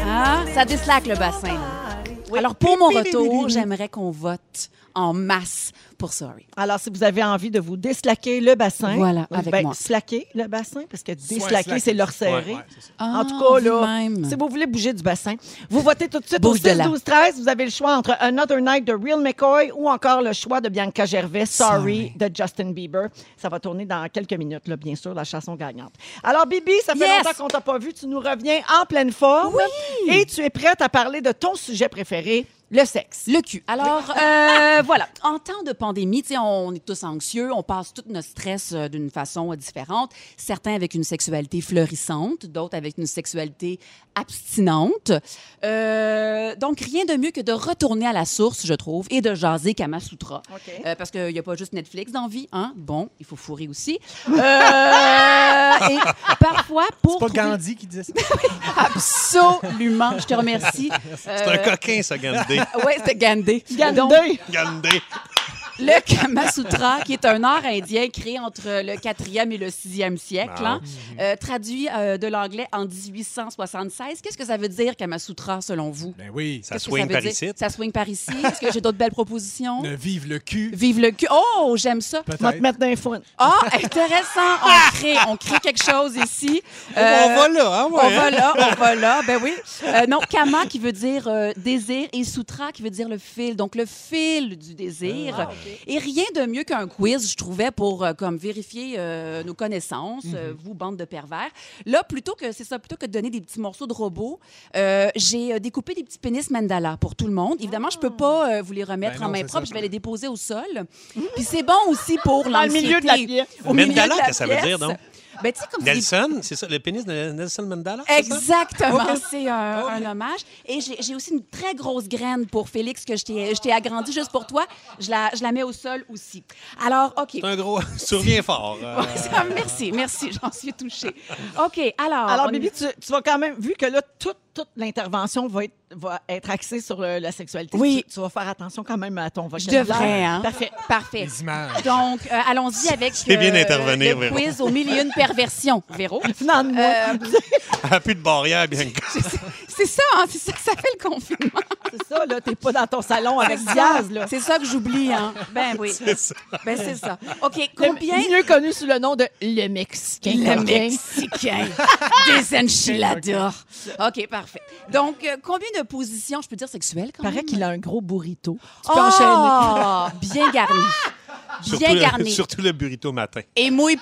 Ah, ça déslaque le bassin. là. Alors, pour mon retour, j'aimerais qu'on vote en masse pour Sorry. Alors, si vous avez envie de vous déslaquer le bassin, Voilà, oui, avec ben, moi. slacker le bassin, parce que déslaquer, slacker. c'est le resserrer. Ouais, ouais, c'est ça. Ah, En tout cas, là, vous-même. si vous voulez bouger du bassin, vous votez tout de suite au Bouge de là. 6-12-13. Vous avez le choix entre Another Night de Real McCoy ou encore le choix de Bianca Gervais, Sorry, Sorry. de Justin Bieber. Ça va tourner dans quelques minutes, là, bien sûr, la chanson gagnante. Alors, Bibi, ça fait Yes! longtemps qu'on t'a pas vu. Tu nous reviens en pleine forme. Et tu es prête à parler de ton sujet préféré, le sexe. Le cul. Alors, euh, voilà. En temps de pandémie, tu sais, on est tous anxieux, on passe tout notre stress euh, d'une façon euh, différente. Certains avec une sexualité florissante, d'autres avec une sexualité abstinente. Euh, donc, rien de mieux que de retourner à la source, je trouve, et de jaser Kama Sutra. OK. Euh, parce qu'il n'y a pas juste Netflix dans vie, hein? Bon, il faut fourrer aussi. Euh, et parfois, pour C'est pas trouver- Gandhi qui disait ça. Absolument. Je te remercie. C'est Euh, un coquin, ça, Gandhi. Oui, c'était Gandhi. Donc, Gandhi. Gandhi. le Kama Sutra, qui est un art indien créé entre le 4e et le 6e siècle, Wow. hein, euh, traduit euh, de l'anglais en 1876. Qu'est-ce que ça veut dire, Kama Sutra, selon vous? Ben oui. Ça Qu'est-ce que swing veut par dire? ici. Ça swing par ici. Est-ce que j'ai d'autres belles propositions? Ne vive le cul. Vive le cul. Oh, j'aime ça. On va te Peut-être. mettre dans les fouines. Ah, intéressant. On crée, on crée quelque chose ici. Euh, là, hein, on va là, on va là, ben oui. Euh, non, kama qui veut dire euh, désir et sutra qui veut dire le fil, donc le fil du désir. Et rien de mieux qu'un quiz, je trouvais, pour euh, comme vérifier euh, nos connaissances, euh, vous bande de pervers. Là, plutôt que c'est ça, plutôt que de donner des petits morceaux de robots, euh, j'ai euh, découpé des petits pénis mandala pour tout le monde. Évidemment, je peux pas euh, vous les remettre Ben en non, main c'est propre, ça. je vais les déposer au sol. Puis c'est bon aussi pour Dans le l'anxiété. milieu de la pièce. Au milieu de Mandala, la qu'est-ce que ça veut pièce. dire, donc? Ben, tu sais, comme c'est des Nelson, c'est ça, le pénis de Nelson Mandela? c'est ça? Exactement, c'est un, un hommage. Et j'ai j'ai aussi une très grosse graine pour Félix que je t'ai je t'ai agrandie juste pour toi. Je la, je la mets au sol aussi. Alors, OK. C'est un gros. Souriez fort. euh. merci, merci, j'en suis touchée. OK, alors. Alors, on- Bibi, tu, tu vas quand même, vu que là, toute, toute l'intervention va être, va être axée sur euh, la sexualité, Oui. tu, tu vas faire attention quand même à ton je vocabulaire. devrais, hein? Parfait. Parfait. Les images. Donc, euh, allons-y avec C'est bien d'intervenir, le Véro. quiz au mille et une perversions, Véro. Finalement, Euh, Elle a plus de barrière, bien que. C'est- c'est ça, hein, c'est ça que ça fait le confinement. C'est ça, là, t'es pas dans ton salon avec Diaz, là. C'est ça que j'oublie, hein. Ben oui. Ben c'est ça. OK, Le- combien Mieux connu sous le nom de Le Mexicain. Le coquin. Mexicain. Des enchiladas. OK, parfait. Donc, euh, combien de positions, je peux dire sexuelles quand Paraît même? qu'il a un gros burrito. Tu peux enchaîner. Oh, bien garni. Bien le- garni. surtout le burrito matin. Et mouille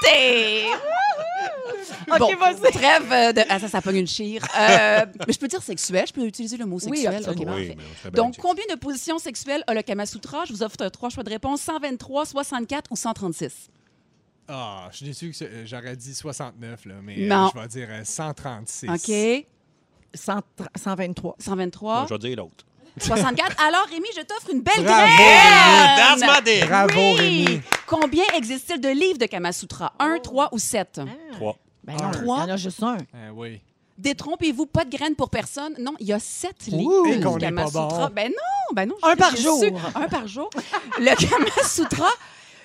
piquante. OK, bon, vas-y. trêve euh, de... Ah, ça, ça pogne une chire. Euh, mais je peux dire sexuel. Je peux utiliser le mot Oui, sexuel. absolument. OK, Oui, parfait. mais on fait bien Donc, check. combien de positions sexuelles a le Kama Sutra? Je vous offre euh, trois choix de réponse. 123, 64 ou 136? Ah, je suis déçu que ce- euh, j'aurais dit 69, là, mais Non. euh, je vais dire euh, 136. OK. 100 123. 123, Bon, je vais dire l'autre. 64. Alors, Rémi, je t'offre une belle Bravo, graine! Rémi. That's my day. Bravo, Oui. Rémi. Combien existe-t-il de livres de Kama Sutra? Un, trois ou sept? Trois. Ben non, Trois. il y en a juste un. Euh, oui. Détrompez-vous, pas de graines pour personne. Non, il y a sept Ouh. livres Et qu'on du Kama est pas Sutra. bon. Ben non, ben non. Un je- par je jour. suis- Un par jour. le Kama Sutra,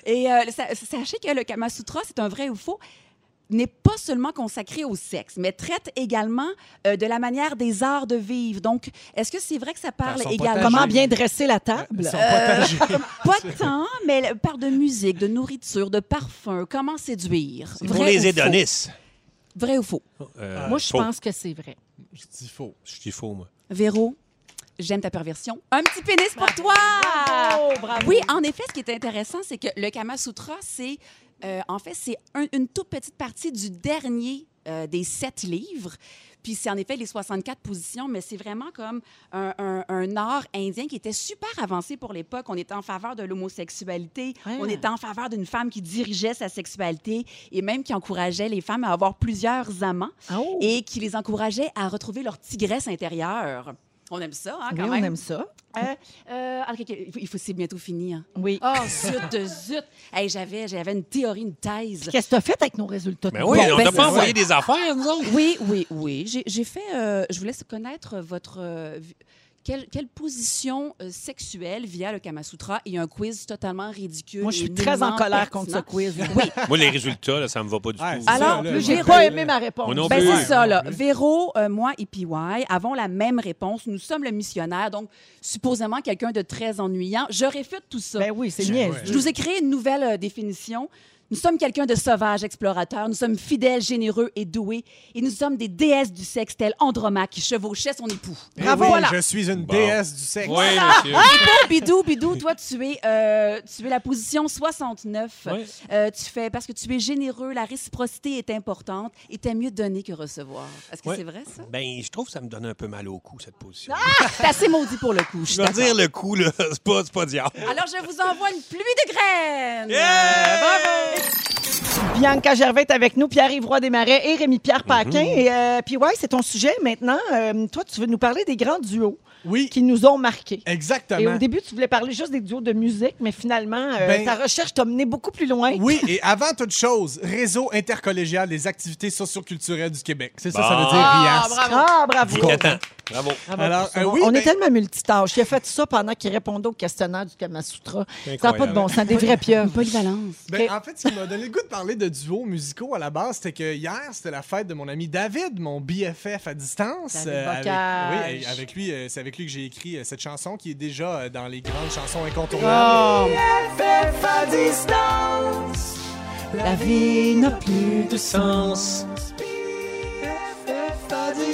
et euh, sa- sachez que le Kama Sutra, c'est un vrai ou faux, n'est pas seulement consacré au sexe, mais traite également euh, de la manière des arts de vivre. Donc, est-ce que c'est vrai que ça parle sont pas également... tagés. Comment bien dresser la Ils table? Euh, sont potagers. Pas tant, mais elle parle de musique, de nourriture, de parfum. Comment séduire? C'est Vrai pour les ou Édonis. faux? Vrai ou faux? Euh, Moi, je faux. pense que c'est vrai. Je dis faux. Je dis faux, moi. Véro, j'aime ta perversion. Un petit pénis pour toi! Bravo, bravo. Oui, en effet, ce qui est intéressant, c'est que le Kama Sutra, c'est euh, en fait c'est un- une toute petite partie du dernier euh, des sept livres. Puis c'est en effet les 64 positions, mais c'est vraiment comme un, un- un art indien qui était super avancé pour l'époque. On était en faveur de l'homosexualité, Ah. on était en faveur d'une femme qui dirigeait sa sexualité et même qui encourageait les femmes à avoir plusieurs amants Oh. et qui les encourageait à retrouver leur tigresse intérieure. On aime ça, hein, Oui, quand on même. aime ça. Euh, euh, ah, ok, ok, il faut, il faut- c'est bientôt fini. hein. Oui. Oh, zut de zut! Hey, j'avais, j'avais une théorie, une thèse. Qu'est-ce que tu as fait avec nos résultats? Mais oui, Bon, on ben, t'a c'est pas envoyé ça. des affaires, nous autres. Oui, oui, oui. J'ai, j'ai fait. euh, je vous laisse connaître votre. euh, vi- quelle, quelle position euh, sexuelle via le Kama Sutra et un quiz totalement ridicule. Moi, je et suis très en nullement colère contre ce pertinent. quiz. Moi, les résultats, là, ça me va pas du Ah, tout. c'est Alors, ça, là, Eh plus j'ai j'ai J'ai pas fait, là. aimé ma réponse. Moi non Ben, plus. c'est ça, là. non plus. Véro, euh, moi et PY avons la même réponse. Nous sommes le missionnaire, donc supposément quelqu'un de très ennuyant. Je réfute tout ça. Ben oui, c'est Je- niaise. Je nous ai créé une nouvelle euh, définition. Nous sommes quelqu'un de sauvage, explorateur. Nous sommes fidèles, généreux et doués. Et nous sommes des déesses du sexe, telles Andromaque qui chevauchait son époux. Eh Bravo, oui, voilà. Je suis une Bon. déesse du sexe. Oui, monsieur. Toi, Bidou, Bidou, toi, tu es, euh, tu es la position 69. Ouais. Euh, tu fais parce que tu es généreux, la réciprocité est importante et t'aimes mieux donner que recevoir. Est-ce que Ouais. c'est vrai, ça? Ben, je trouve que ça me donne un peu mal au cou, cette position. C'est assez maudit pour le coup, je je suis vais d'accord. Ah. dire le coup, là. C'est pas, c'est pas diable. Alors, je vous envoie une pluie de graines! Yeah! Bravo! Bianca Gervais est avec nous, Pierre-Yves Roy Desmarais et Mhm. Rémi-Pierre Paquin. Et euh, puis ouais, c'est ton sujet maintenant. Euh, toi, tu veux nous parler des grands duos Oui, qui nous ont marqués. Et exactement. au début, tu voulais parler juste des duos de musique, mais finalement, euh, Ben- ta recherche t'a mené beaucoup plus loin. Oui, et avant toute chose, réseau intercollégial des activités socioculturelles du Québec. C'est ça, ça veut dire Bon. RIAS. Ah, bravo! Attends. Bravo. Bravo Alors, pour ça. euh, ben oui, on ben- est tellement multitâche. Il a fait ça pendant qu'il répondait au questionnaire du Kama Sutra. Ça n'a pas de Incroyable. bon sens, des vrais pieuvres. Polyvalence. Ben, Ok. En fait, ce qui m'a donné le goût de parler de duos musicaux à la base, c'était que hier, c'était la fête de mon ami David, mon BFF à distance. euh, David avec, Bocage. oui, avec lui, euh, c'est avec lui que j'ai écrit euh, cette chanson qui est déjà euh, dans les grandes chansons incontournables. Oh, BFF à distance, la vie n'a plus de sens.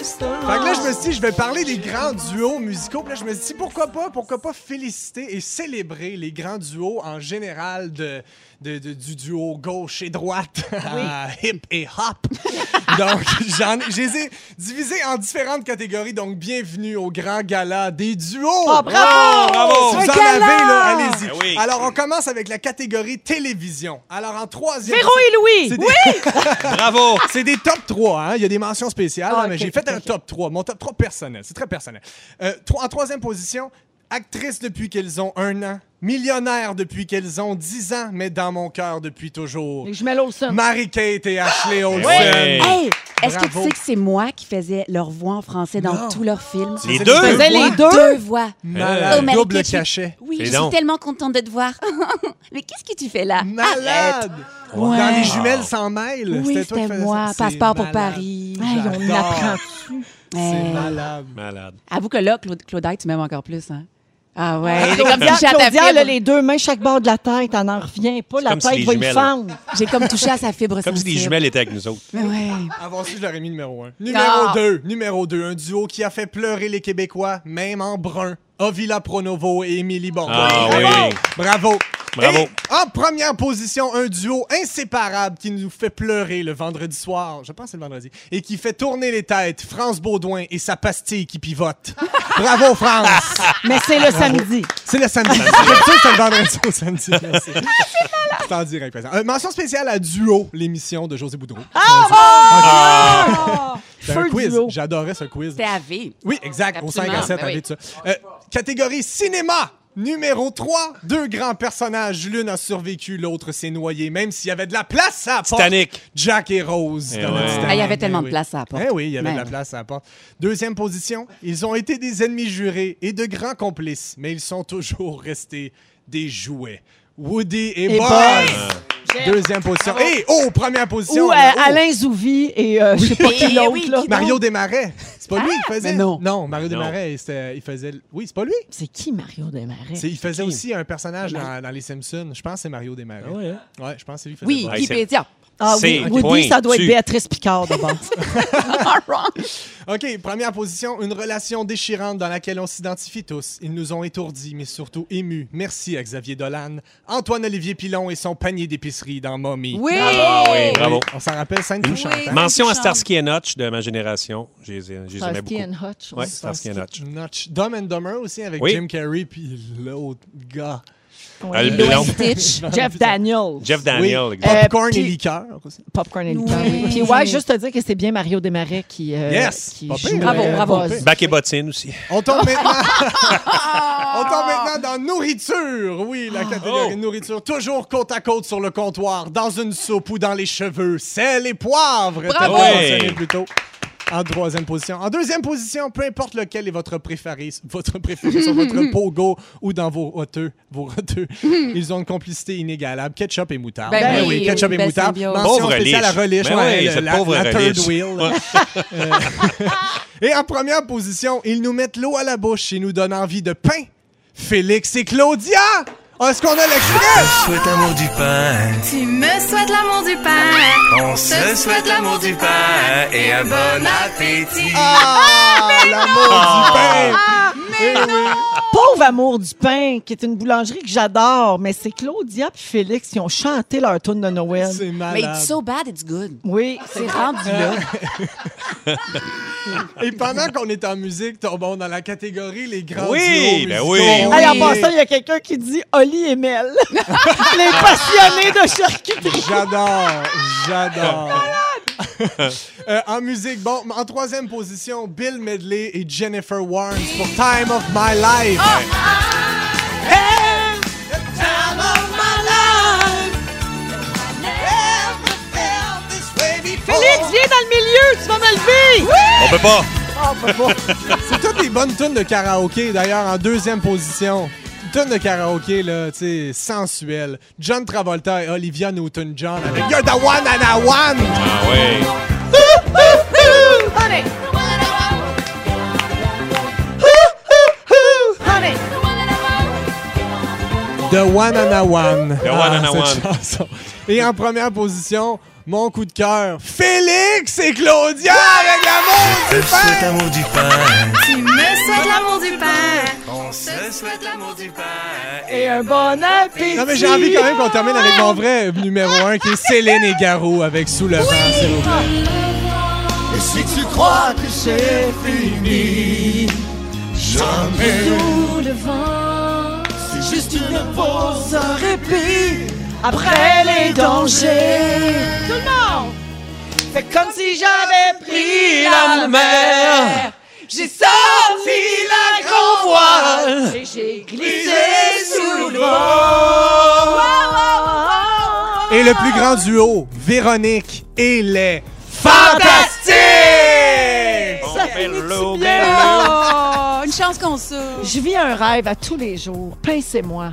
Fait que là, je me suis dit, je vais parler des grands duos musicaux. Puis là, je me suis dit, pourquoi pas, pourquoi pas féliciter et célébrer les grands duos en général de, de- de- du duo gauche et droite, à hip et hop. donc, j'en ai- je les ai divisés en différentes catégories. Donc, bienvenue au grand gala des duos. Oh, bravo! Bravo! Si Un vous en gala! avez, là, allez-y. Ben oui. Alors, on commence avec la catégorie télévision. Alors, en troisième... Véro c'est- et Louis! c'est des- Bravo. c'est des top 3, hein? Il y a des mentions spéciales, Ah, hein, mais ok, j'ai fait ok, un ok. top 3. Mon top 3 personnel, c'est très personnel. Euh, trois- en troisième position, actrice depuis qu'elles ont un an, millionnaire depuis qu'elles ont 10 ans, mais dans mon cœur depuis toujours. Les jumelles Olsen. Mary-Kate et Ashley Olsen. Ah! ouais. Hey, est-ce que tu Bravo. sais que c'est moi qui faisais leur voix en français dans Non. tous leurs films? Les C'est deux. des Faisais les voix. deux. Deux voix. Malade. Oh, Mary Double Kate, je- cachet. Oui, Fais je suis donc. tellement contente de te voir. Mais qu'est-ce que tu fais là? Malade! Ouais. Dans les jumelles sans mêle. Oui, toi qui c'était faisais moi. ça. C'est Passeport pour malade. Paris. Hey, on J'adore. apprend. Hey. C'est malade. Malade. Euh, Avoue que là, Claude, Claudette, tu m'aimes encore plus. Hein? Ah ouais. J'ai comme Claudia, touché à ta Claudia, là, fibre. les deux mains, chaque bord de la tête, elle n'en revient pas. La comme si tête les va y jumelles- fendre. J'ai comme touché à sa fibre Comme si sensible. les jumelles étaient avec nous autres. Mais ouais. Avant ça, je l'aurais mis numéro 1. Ah. Numéro 2. Numéro 2. Un duo qui a fait pleurer les Québécois, même en brun. Avila Pronovo et Émilie Bordeaux. Ah Bravo! oui. Bravo! Bravo. Et en première position, un duo inséparable qui nous fait pleurer le vendredi soir. Je pense que c'est le vendredi. Et qui fait tourner les têtes. France Baudouin et sa pastille qui pivote. Bravo, France! Mais c'est Ah, le samedi. C'est le samedi. C'est sûr que c'est le vendredi au samedi. Merci. C'est en direct, présent. Euh, mention spéciale à Duo, l'émission de José Boudreau. Ah! un Feu quiz. Duo. J'adorais ce quiz. C'était à vie. Oui, exact. Au 5 à Absolument, 7, ben avec oui. ça. Euh, catégorie cinéma. Numéro 3, deux grands personnages. L'une a survécu, l'autre s'est noyée, même s'il y avait de la place à la porte. Titanic. Jack et Rose. Eh dans le ouais. Titanic. Ah, il y avait Eh tellement de oui. place à la porte. Ben. Eh oui, il y avait de Mais la oui. place à la porte. Deuxième position, ils ont été des ennemis jurés et de grands complices, mais ils sont toujours restés des jouets. Woody et, Et Buzz. Buzz. Deuxième position. Et oh, première position. Ou euh, là, oh. Alain Zouvi et euh, je sais pas Oui. qui Eh l'autre. oui, là. qui donc? Mario Desmarais. C'est pas lui qui faisait. Ah, Mais non. Non, Mario Non. Desmarais, c'était- il faisait. Oui, c'est pas lui. C'est qui Mario Desmarais? C'est- il faisait aussi un personnage dans, dans Les Simpsons. Je pense que c'est Mario Desmarais. Ah ouais, hein? Ouais, je pense que c'est lui qui faisait Oui, Buzz. Ouais, Wikipédia. Ah oui, C'est Woody, point ça doit être tu. Béatrice Picard d'abord. OK, première position, une relation déchirante dans laquelle on s'identifie tous. Ils nous ont étourdis, mais surtout émus. Merci à Xavier Dolan, Antoine-Olivier Pilon et son panier d'épicerie dans Mommy. Oui! Ah oui, bravo. On s'en rappelle, scène Oui. touchante. hein? Mention à Charles. Starsky and Hutch de ma génération. Je les ai- je les aimais Starsky beaucoup. and Hutch. Oui, Starsky and Hutch. Notch. Dumb and Dumber aussi avec Oui. Jim Carrey puis l'autre gars. Ah, le Oui. blond. Stitch. Jeff Daniels. Jeff Daniel, Oui. exact. Popcorn Euh, puis- et liqueur aussi. Popcorn and Oui. Curry. Puis ouais, juste te dire que c'est bien Mario Desmarais qui, euh, Yes! qui Pas pire. joue. Bravo, euh, bravo. Buzz. Bac et bottine aussi. On tombe maintenant. On tombe maintenant dans nourriture. Oui, la catégorie Oh. nourriture. Toujours côte à côte sur le comptoir, dans une soupe ou dans les cheveux. Sel et poivre. étaient Bravo. mentionnés Ouais. plus tôt. En troisième position. En deuxième position, peu importe lequel est votre préféré, votre préféré sur votre pogo ou dans vos roteux, vos roteux, ils ont une complicité inégalable. Ketchup et moutarde. Ben oui, ketchup et belle moutarde. symbiose. Mention Pauvre spéciale à Lich. relish. Ben ouais, oui, le- ce la, pauvre la third Lich. wheel. Euh, Ouais. Et en première position, ils nous mettent l'eau à la bouche et nous donnent envie de pain. Félix et Claudia! Est-ce qu'on a l'extrait? souhaite l'amour du pain. Tu me souhaites l'amour du pain. On se souhaite l'amour du pain et un bon appétit. Ah! Ah! L'amour du pain! Eh oui. Pauvre Amour du pain, qui est une boulangerie que j'adore, mais c'est Claudia et Félix qui ont chanté leur tune de Noël. C'est Mais malade. it's so bad, it's good. Oui, C'est rendu là. Et pendant qu'on est en musique, tombons dans la catégorie les grands Oui, duos ben musicaux. oui. Hey, en passant, il y a quelqu'un qui dit Oli et Mel. Les passionnés de charcuterie. J'adore, j'adore. Euh, en musique, bon, en troisième position, Bill Medley et Jennifer Warnes pour Time of My Life. Félix, viens dans le milieu, tu vas me lever. On peut pas. C'est toutes des bonnes tunes de karaoké. D'ailleurs, en deuxième position, une tune de karaoké, là, tu sais, sensuelle. John Travolta et Olivia Newton-John avec You're the one and I one. Ah oui. The One and a One. The One and a One. Et en première position, mon coup de cœur, Félix et Claudia avec l'amour On du se souhaite pain. l'amour du pain. Tu me souhaites l'amour du pain. On se souhaite l'amour du pain Et un bon appétit. Non, mais j'ai envie quand même qu'on termine avec mon vrai numéro 1 qui est Céline et Garou avec Sous le vent, s'il vous plaît. Et si tu crois que c'est fini, jamais. C'est juste une pause. Après les dangers. Tout le monde. Fait comme si j'avais pris la mer. J'ai sorti la grand voile. Et j'ai glissé sous le vent. Et le plus grand duo, Véronique et les Fantastique! On Ça fait finit-tu l'eau, bien? Oh, une chance qu'on ça. Je vis un rêve à tous les jours. Pincez-moi.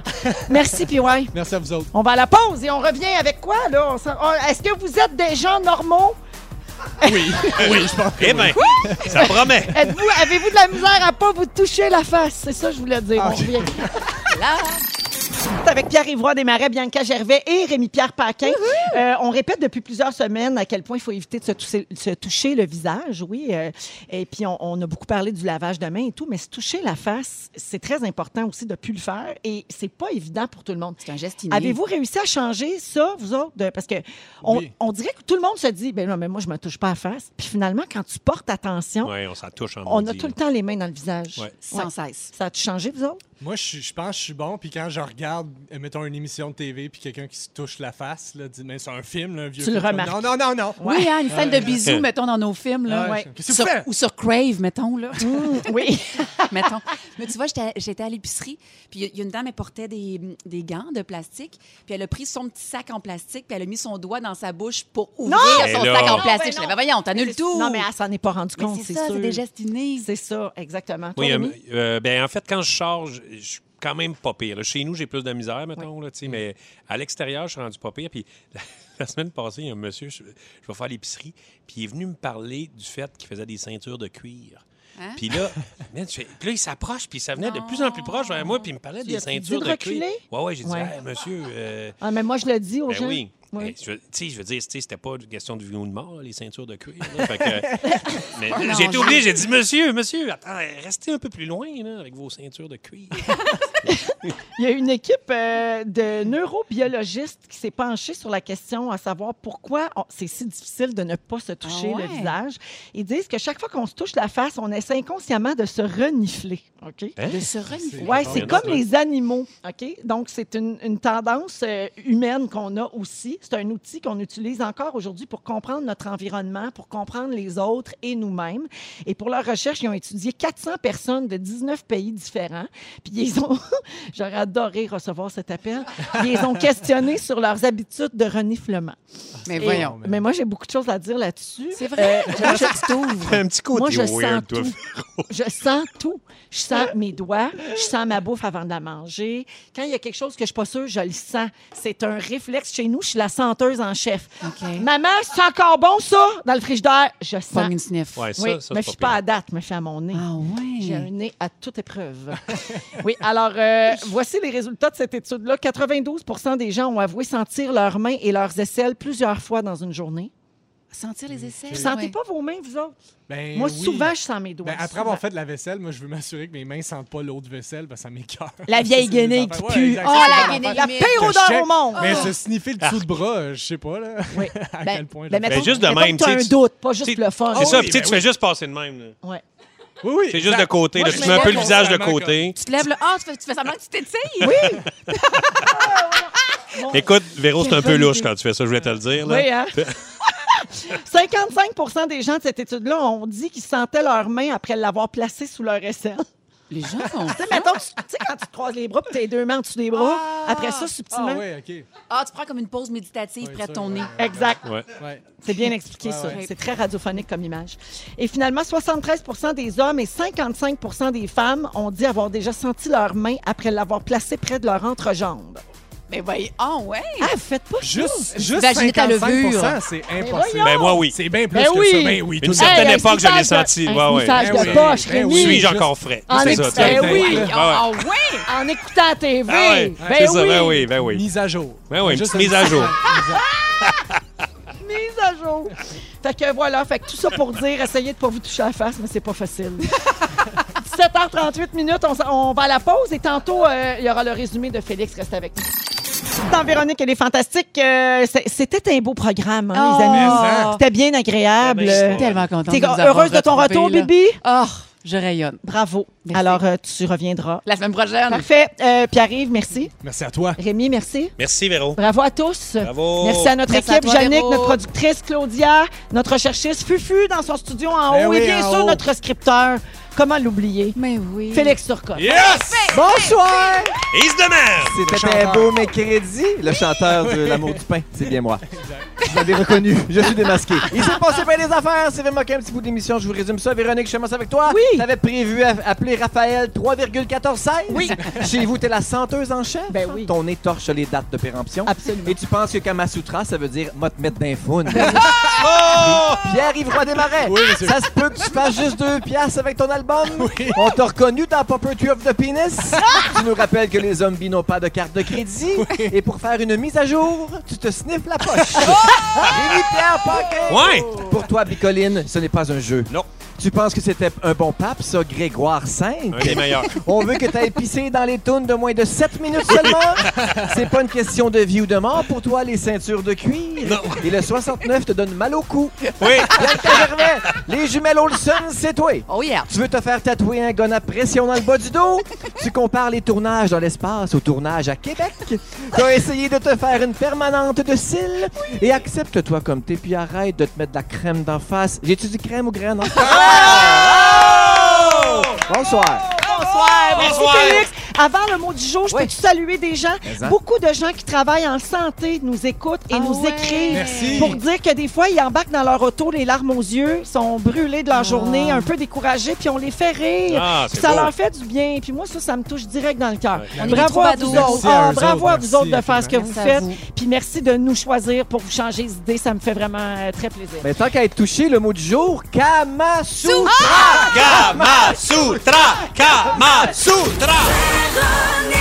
Merci, PY. Merci à vous autres. On va à la pause et on revient avec quoi, là? On s'en- on- Est-ce que vous êtes des gens normaux? Oui, oui, je pense que Eh oui. bien, ça promet. Êtes-vous, avez-vous de la misère à pas vous toucher la face? C'est ça que je voulais dire. On revient. Là, Ah. C'est avec Pierre-Yves Roy Desmarais, Bianca Gervais et Rémi-Pierre Paquin. Euh, on répète depuis plusieurs semaines à quel point il faut éviter de se toucher, se toucher le visage, oui. euh, et puis, on, on a beaucoup parlé du lavage de mains et tout, mais se toucher la face, c'est très important aussi de ne plus le faire et c'est pas évident pour tout le monde. c'est un geste inné. Avez-vous réussi à changer ça, vous autres? de- Parce que on, Oui. on dirait que tout le monde se dit, ben non, mais moi, je me touche pas la face. Puis finalement, quand tu portes attention, Oui, on s'en touche en on a maudit, tout le là. temps les mains dans le visage. Ouais. Ouais. Sans cesse. Ça a-tu changé, vous autres? Moi, je, suis- je pense que je suis bon. Puis quand je regarde, euh, mettons, une émission de TV, puis quelqu'un qui se touche la face, là, dit, mais c'est un film, là, un vieux Tu le film. Comme, remarques. Non, non, non, non. Oui, hein, une scène de bisous, mettons, dans nos films. Là. Ouais, ouais. Qu'est-ce que Sur- vous faites? ou sur Crave, mettons. Là. oui. mettons. Mais tu vois, j'étais j'étais à l'épicerie, puis il y a- il y a une dame, elle portait des, des gants de plastique, puis elle a pris son petit sac en plastique, puis elle a mis son doigt dans sa bouche pour ouvrir Mais son là- sac en Non, plastique. ben Je disais, non. ben voyons, t'annules tout. Non, mais elle s'en est pas rendue Mais compte, c'est c'est ça, sûr. c'est des gestes innés. C'est ça, exactement. Toi, Oui, euh, Rémi? euh, ben, en fait, quand je charge, je suis quand même pas pire. là. Chez nous, j'ai plus de misère, mettons, là, tu Mm. sais, mais à l'extérieur, je suis rendu pas pire. Puis la, la semaine passée, il y a un monsieur, je, je vais faire l'épicerie, puis il est venu me parler du fait qu'il faisait des ceintures de cuir. Hein? Puis là, man, je fais- puis là, il s'approche, puis ça venait de plus en plus proche vers moi, puis il me parlait des Ah! as-tu dit ceintures de de, cuir. reculer? Ouais, ouais, j'ai dit, Ouais. Hey, monsieur, euh, Ah, mais moi, je le dis aux ben gens. oui. Oui. Ben, je veux- tu sais, je veux dire, tu sais, c'était pas une question de vie ou de mort, là, les ceintures de cuir. là. Fait que- mais j'ai été non. obligé, j'ai dit, monsieur, monsieur, attends, restez un peu plus loin là, avec vos ceintures de cuir. Il y a une équipe euh, de neurobiologistes qui s'est penchée sur la question à savoir pourquoi on- c'est si difficile de ne pas se toucher Ah ouais? le visage. Ils disent que chaque fois qu'on se touche la face, on essaie inconsciemment de se renifler. OK? De se renifler. Oui, bon, c'est il y en a comme d'autres. les animaux, OK? Donc, c'est une, une tendance euh, humaine qu'on a aussi. C'est un outil qu'on utilise encore aujourd'hui pour comprendre notre environnement, pour comprendre les autres et nous-mêmes. Et pour leur recherche, ils ont étudié 400 personnes de 19 pays différents. Puis ils ont... J'aurais adoré recevoir cet appel. Ils ont questionné sur leurs habitudes de reniflement. Mais Et- voyons. Euh, Mais moi, j'ai beaucoup de choses à dire là-dessus. C'est vrai. moi, je- un petit côté moi, je sens tout. Je sens tout. Je Ah. sens mes doigts, je sens ma bouffe avant de la manger. Quand il y a quelque chose que je suis pas sûre, je le sens. C'est un réflexe chez nous. Je suis la senteuse en chef. OK. Maman, c'est encore bon, ça, dans le frigidaire? Je sens. Pogne une sniff. Ouais, ça, oui, ça, me c'est fie pas à pire. date, me fie à mon nez. Ah ouais. J'ai un nez à toute épreuve. oui, alors, euh, voici les résultats de cette étude-là. 92 des gens ont avoué sentir leurs mains et leurs aisselles plusieurs fois dans une journée. Sentir les essais. Vous sentez ouais. pas vos mains, vous autres? Eh Ben, Moi, oui. souvent, je sens mes doigts. Ben, après souvent. avoir fait de la vaisselle, moi, je veux m'assurer que mes mains sentent pas l'eau de vaisselle, parce que ça m'écoeure. La vieille C'est guenille des qui affaires- pue. Ouais, exact, Oh, c'est la des guenille affaires La limite. pire que je odeur check. au monde. Ah. Mais se sniffer le dessous de bras, euh, je sais pas, là. Oui. à Ben- quel point. je ben, le fais. mettons- juste de mettons même, que t'as tu un sais, doute, pas juste C'est le fun. C'est ça, oui, puis tu sais, ben tu oui. fais juste passer de même. là. Ouais. Oui, oui. C'est juste de exact. côté, Moi, là, je tu me mets un peu lève le visage de constamment côté. Tu te lèves le. Ah, tu fais, tu fais semblant que tu t'étires. Oui, Écoute, Véro, c'est un peu Quelle louche idée. quand tu fais ça, je voulais te le dire. là. oui, hein? 55 des gens de cette étude-là ont dit qu'ils sentaient leurs mains après l'avoir placée sous leur aisselle. Les gens font. Tu sais, mettons, tu tu sais, quand tu te croises les bras, puis tes deux mains en dessous des bras, après ça, subtilement. Ah, ouais, OK. Ah, tu prends comme une pause méditative Ouais, près de ça, ton ouais. nez. Exact. Ouais. Ouais. C'est bien expliqué, ça. ouais. C'est très radiophonique comme image. Et finalement, 73 des hommes et 55 des femmes ont dit avoir déjà senti leurs mains après l'avoir placée près de leur entrejambe. Mais voyons. Ah ouais. Ah, faites pas ça. Juste, juste vaginite à 55 levure. c'est voyons. impossible. Ben moi, oui. C'est bien plus Ben que oui. ça. Ben oui, Une tout certaine Hey, un époque, je l'ai sniffage de- senti. un ouais, ouais. sniffage Ben de oui. poche, Ben Rémi. oui. Suis-je juste- encore frais? En C'est ex- ça, tu sais. Ben oui. Ouais, ouais. Ah ouais. En écoutant la TV. Ah ouais, Ben c'est ça, oui. ben oui, ben oui. Mise à jour. Ben oui, une Juste petite mise à jour. Mise à- Mise à jour. Fait que voilà, fait que tout ça pour dire, essayez de pas vous toucher à la face, mais c'est pas facile. 17h38 minutes, on, s'en- on va à la pause et tantôt, euh, il y aura le résumé de Félix. Reste avec nous. Dans Véronique, elle est fantastique. euh, c'est- C'était un beau programme, hein, les amis. hein. C'était bien agréable. Mais c'est Euh, pas- Tellement contente. T'es de vous avoir heureuse de ton retrouvés, retour, là. Bibi? Ah, je rayonne. Ah, Bravo. Merci. Alors, euh, tu reviendras. La semaine prochaine. Parfait. Euh, Pierre-Yves, merci. Merci à toi. Rémi, merci. Merci, Véro. Bravo à tous. Bravo. Merci à notre Merci équipe, à toi, Jannick, Véro. notre productrice Claudia, notre chercheuse Fufu dans son studio en Ben haut oui, et bien en sûr haut. notre scripteur Comment l'oublier? Mais oui. Félix Turcotte. Yes! Bonsoir! Is the man! C'était un chanteur. beau crédits, le chanteur de L'amour du pain. C'est bien moi. Vous l'avez reconnu, je suis démasqué. Il s'est passé plein des affaires, c'est vraiment qu'un petit bout d'émission. Je vous résume ça. Véronique, je commence avec toi. Oui. T'avais prévu à- appeler Raphaël 3,1416. Oui. Chez vous, t'es la senteuse en chef. Ben oui. Ton nez torche les dates de péremption. Absolument. Et tu penses que Kamasutra, ça veut dire « m'a te mettre d'un foune ». Pierre-Yves Roy Desmarais, Oui, monsieur. ça se peut que tu fasses juste deux piastres avec ton album. On t'a reconnu dans Popper Tree of the Penis. tu nous rappelles que les zombies n'ont pas de carte de crédit. Et pour faire une mise à jour, tu te sniffes la poche. Rémi Pierre Paquin. Ouais! Pour toi, Bicoline, ce n'est pas un jeu. Non. Tu penses que c'était un bon pape, ça, Grégoire V? Un des meilleurs. On veut que tu ailles pisser dans les tunes de moins de 7 minutes seulement. C'est pas une question de vie ou de mort pour toi, les ceintures de cuir. Et le 69 te donne mal au cou. Oui! Bianca Gervais, les jumelles Olsen, c'est toi. Oh yeah. Tu veux te faire tatouer un gun à pression dans le bas du dos? Tu compares les tournages dans l'espace aux tournages à Québec? Tu as essayé de te faire une permanente de cils? Et accepte-toi comme t'es, puis arrête de te mettre de la crème d'en face. J'ai-tu dit crème ou graine? en face? Bonsoir. Bonsoir, merci Bonsoir. Félix. Avant le mot du jour, je Oui. peux saluer des gens. hein. Beaucoup de gens qui travaillent en santé nous écoutent et Ah nous ouais. écrivent Merci. pour dire que des fois, ils embarquent dans leur auto les larmes aux yeux, sont brûlés de leur journée, Ah. un peu découragés, puis on les fait rire. Ah, Puis c'est ça beau. leur fait du bien. Puis moi, ça, ça me touche direct dans le cœur. Ouais. On est Bravo à vous troubadours. autres. Merci à Ah, eux bravo autres. à vous autres de Merci faire ce que vous infiniment. faites. Merci à Puis merci de nous choisir pour vous changer les idées. Ça me fait vraiment euh, très plaisir. Mais tant qu'à être touché, le mot du jour, Kamasutra. Kamasutra! Kamasutra! Véronique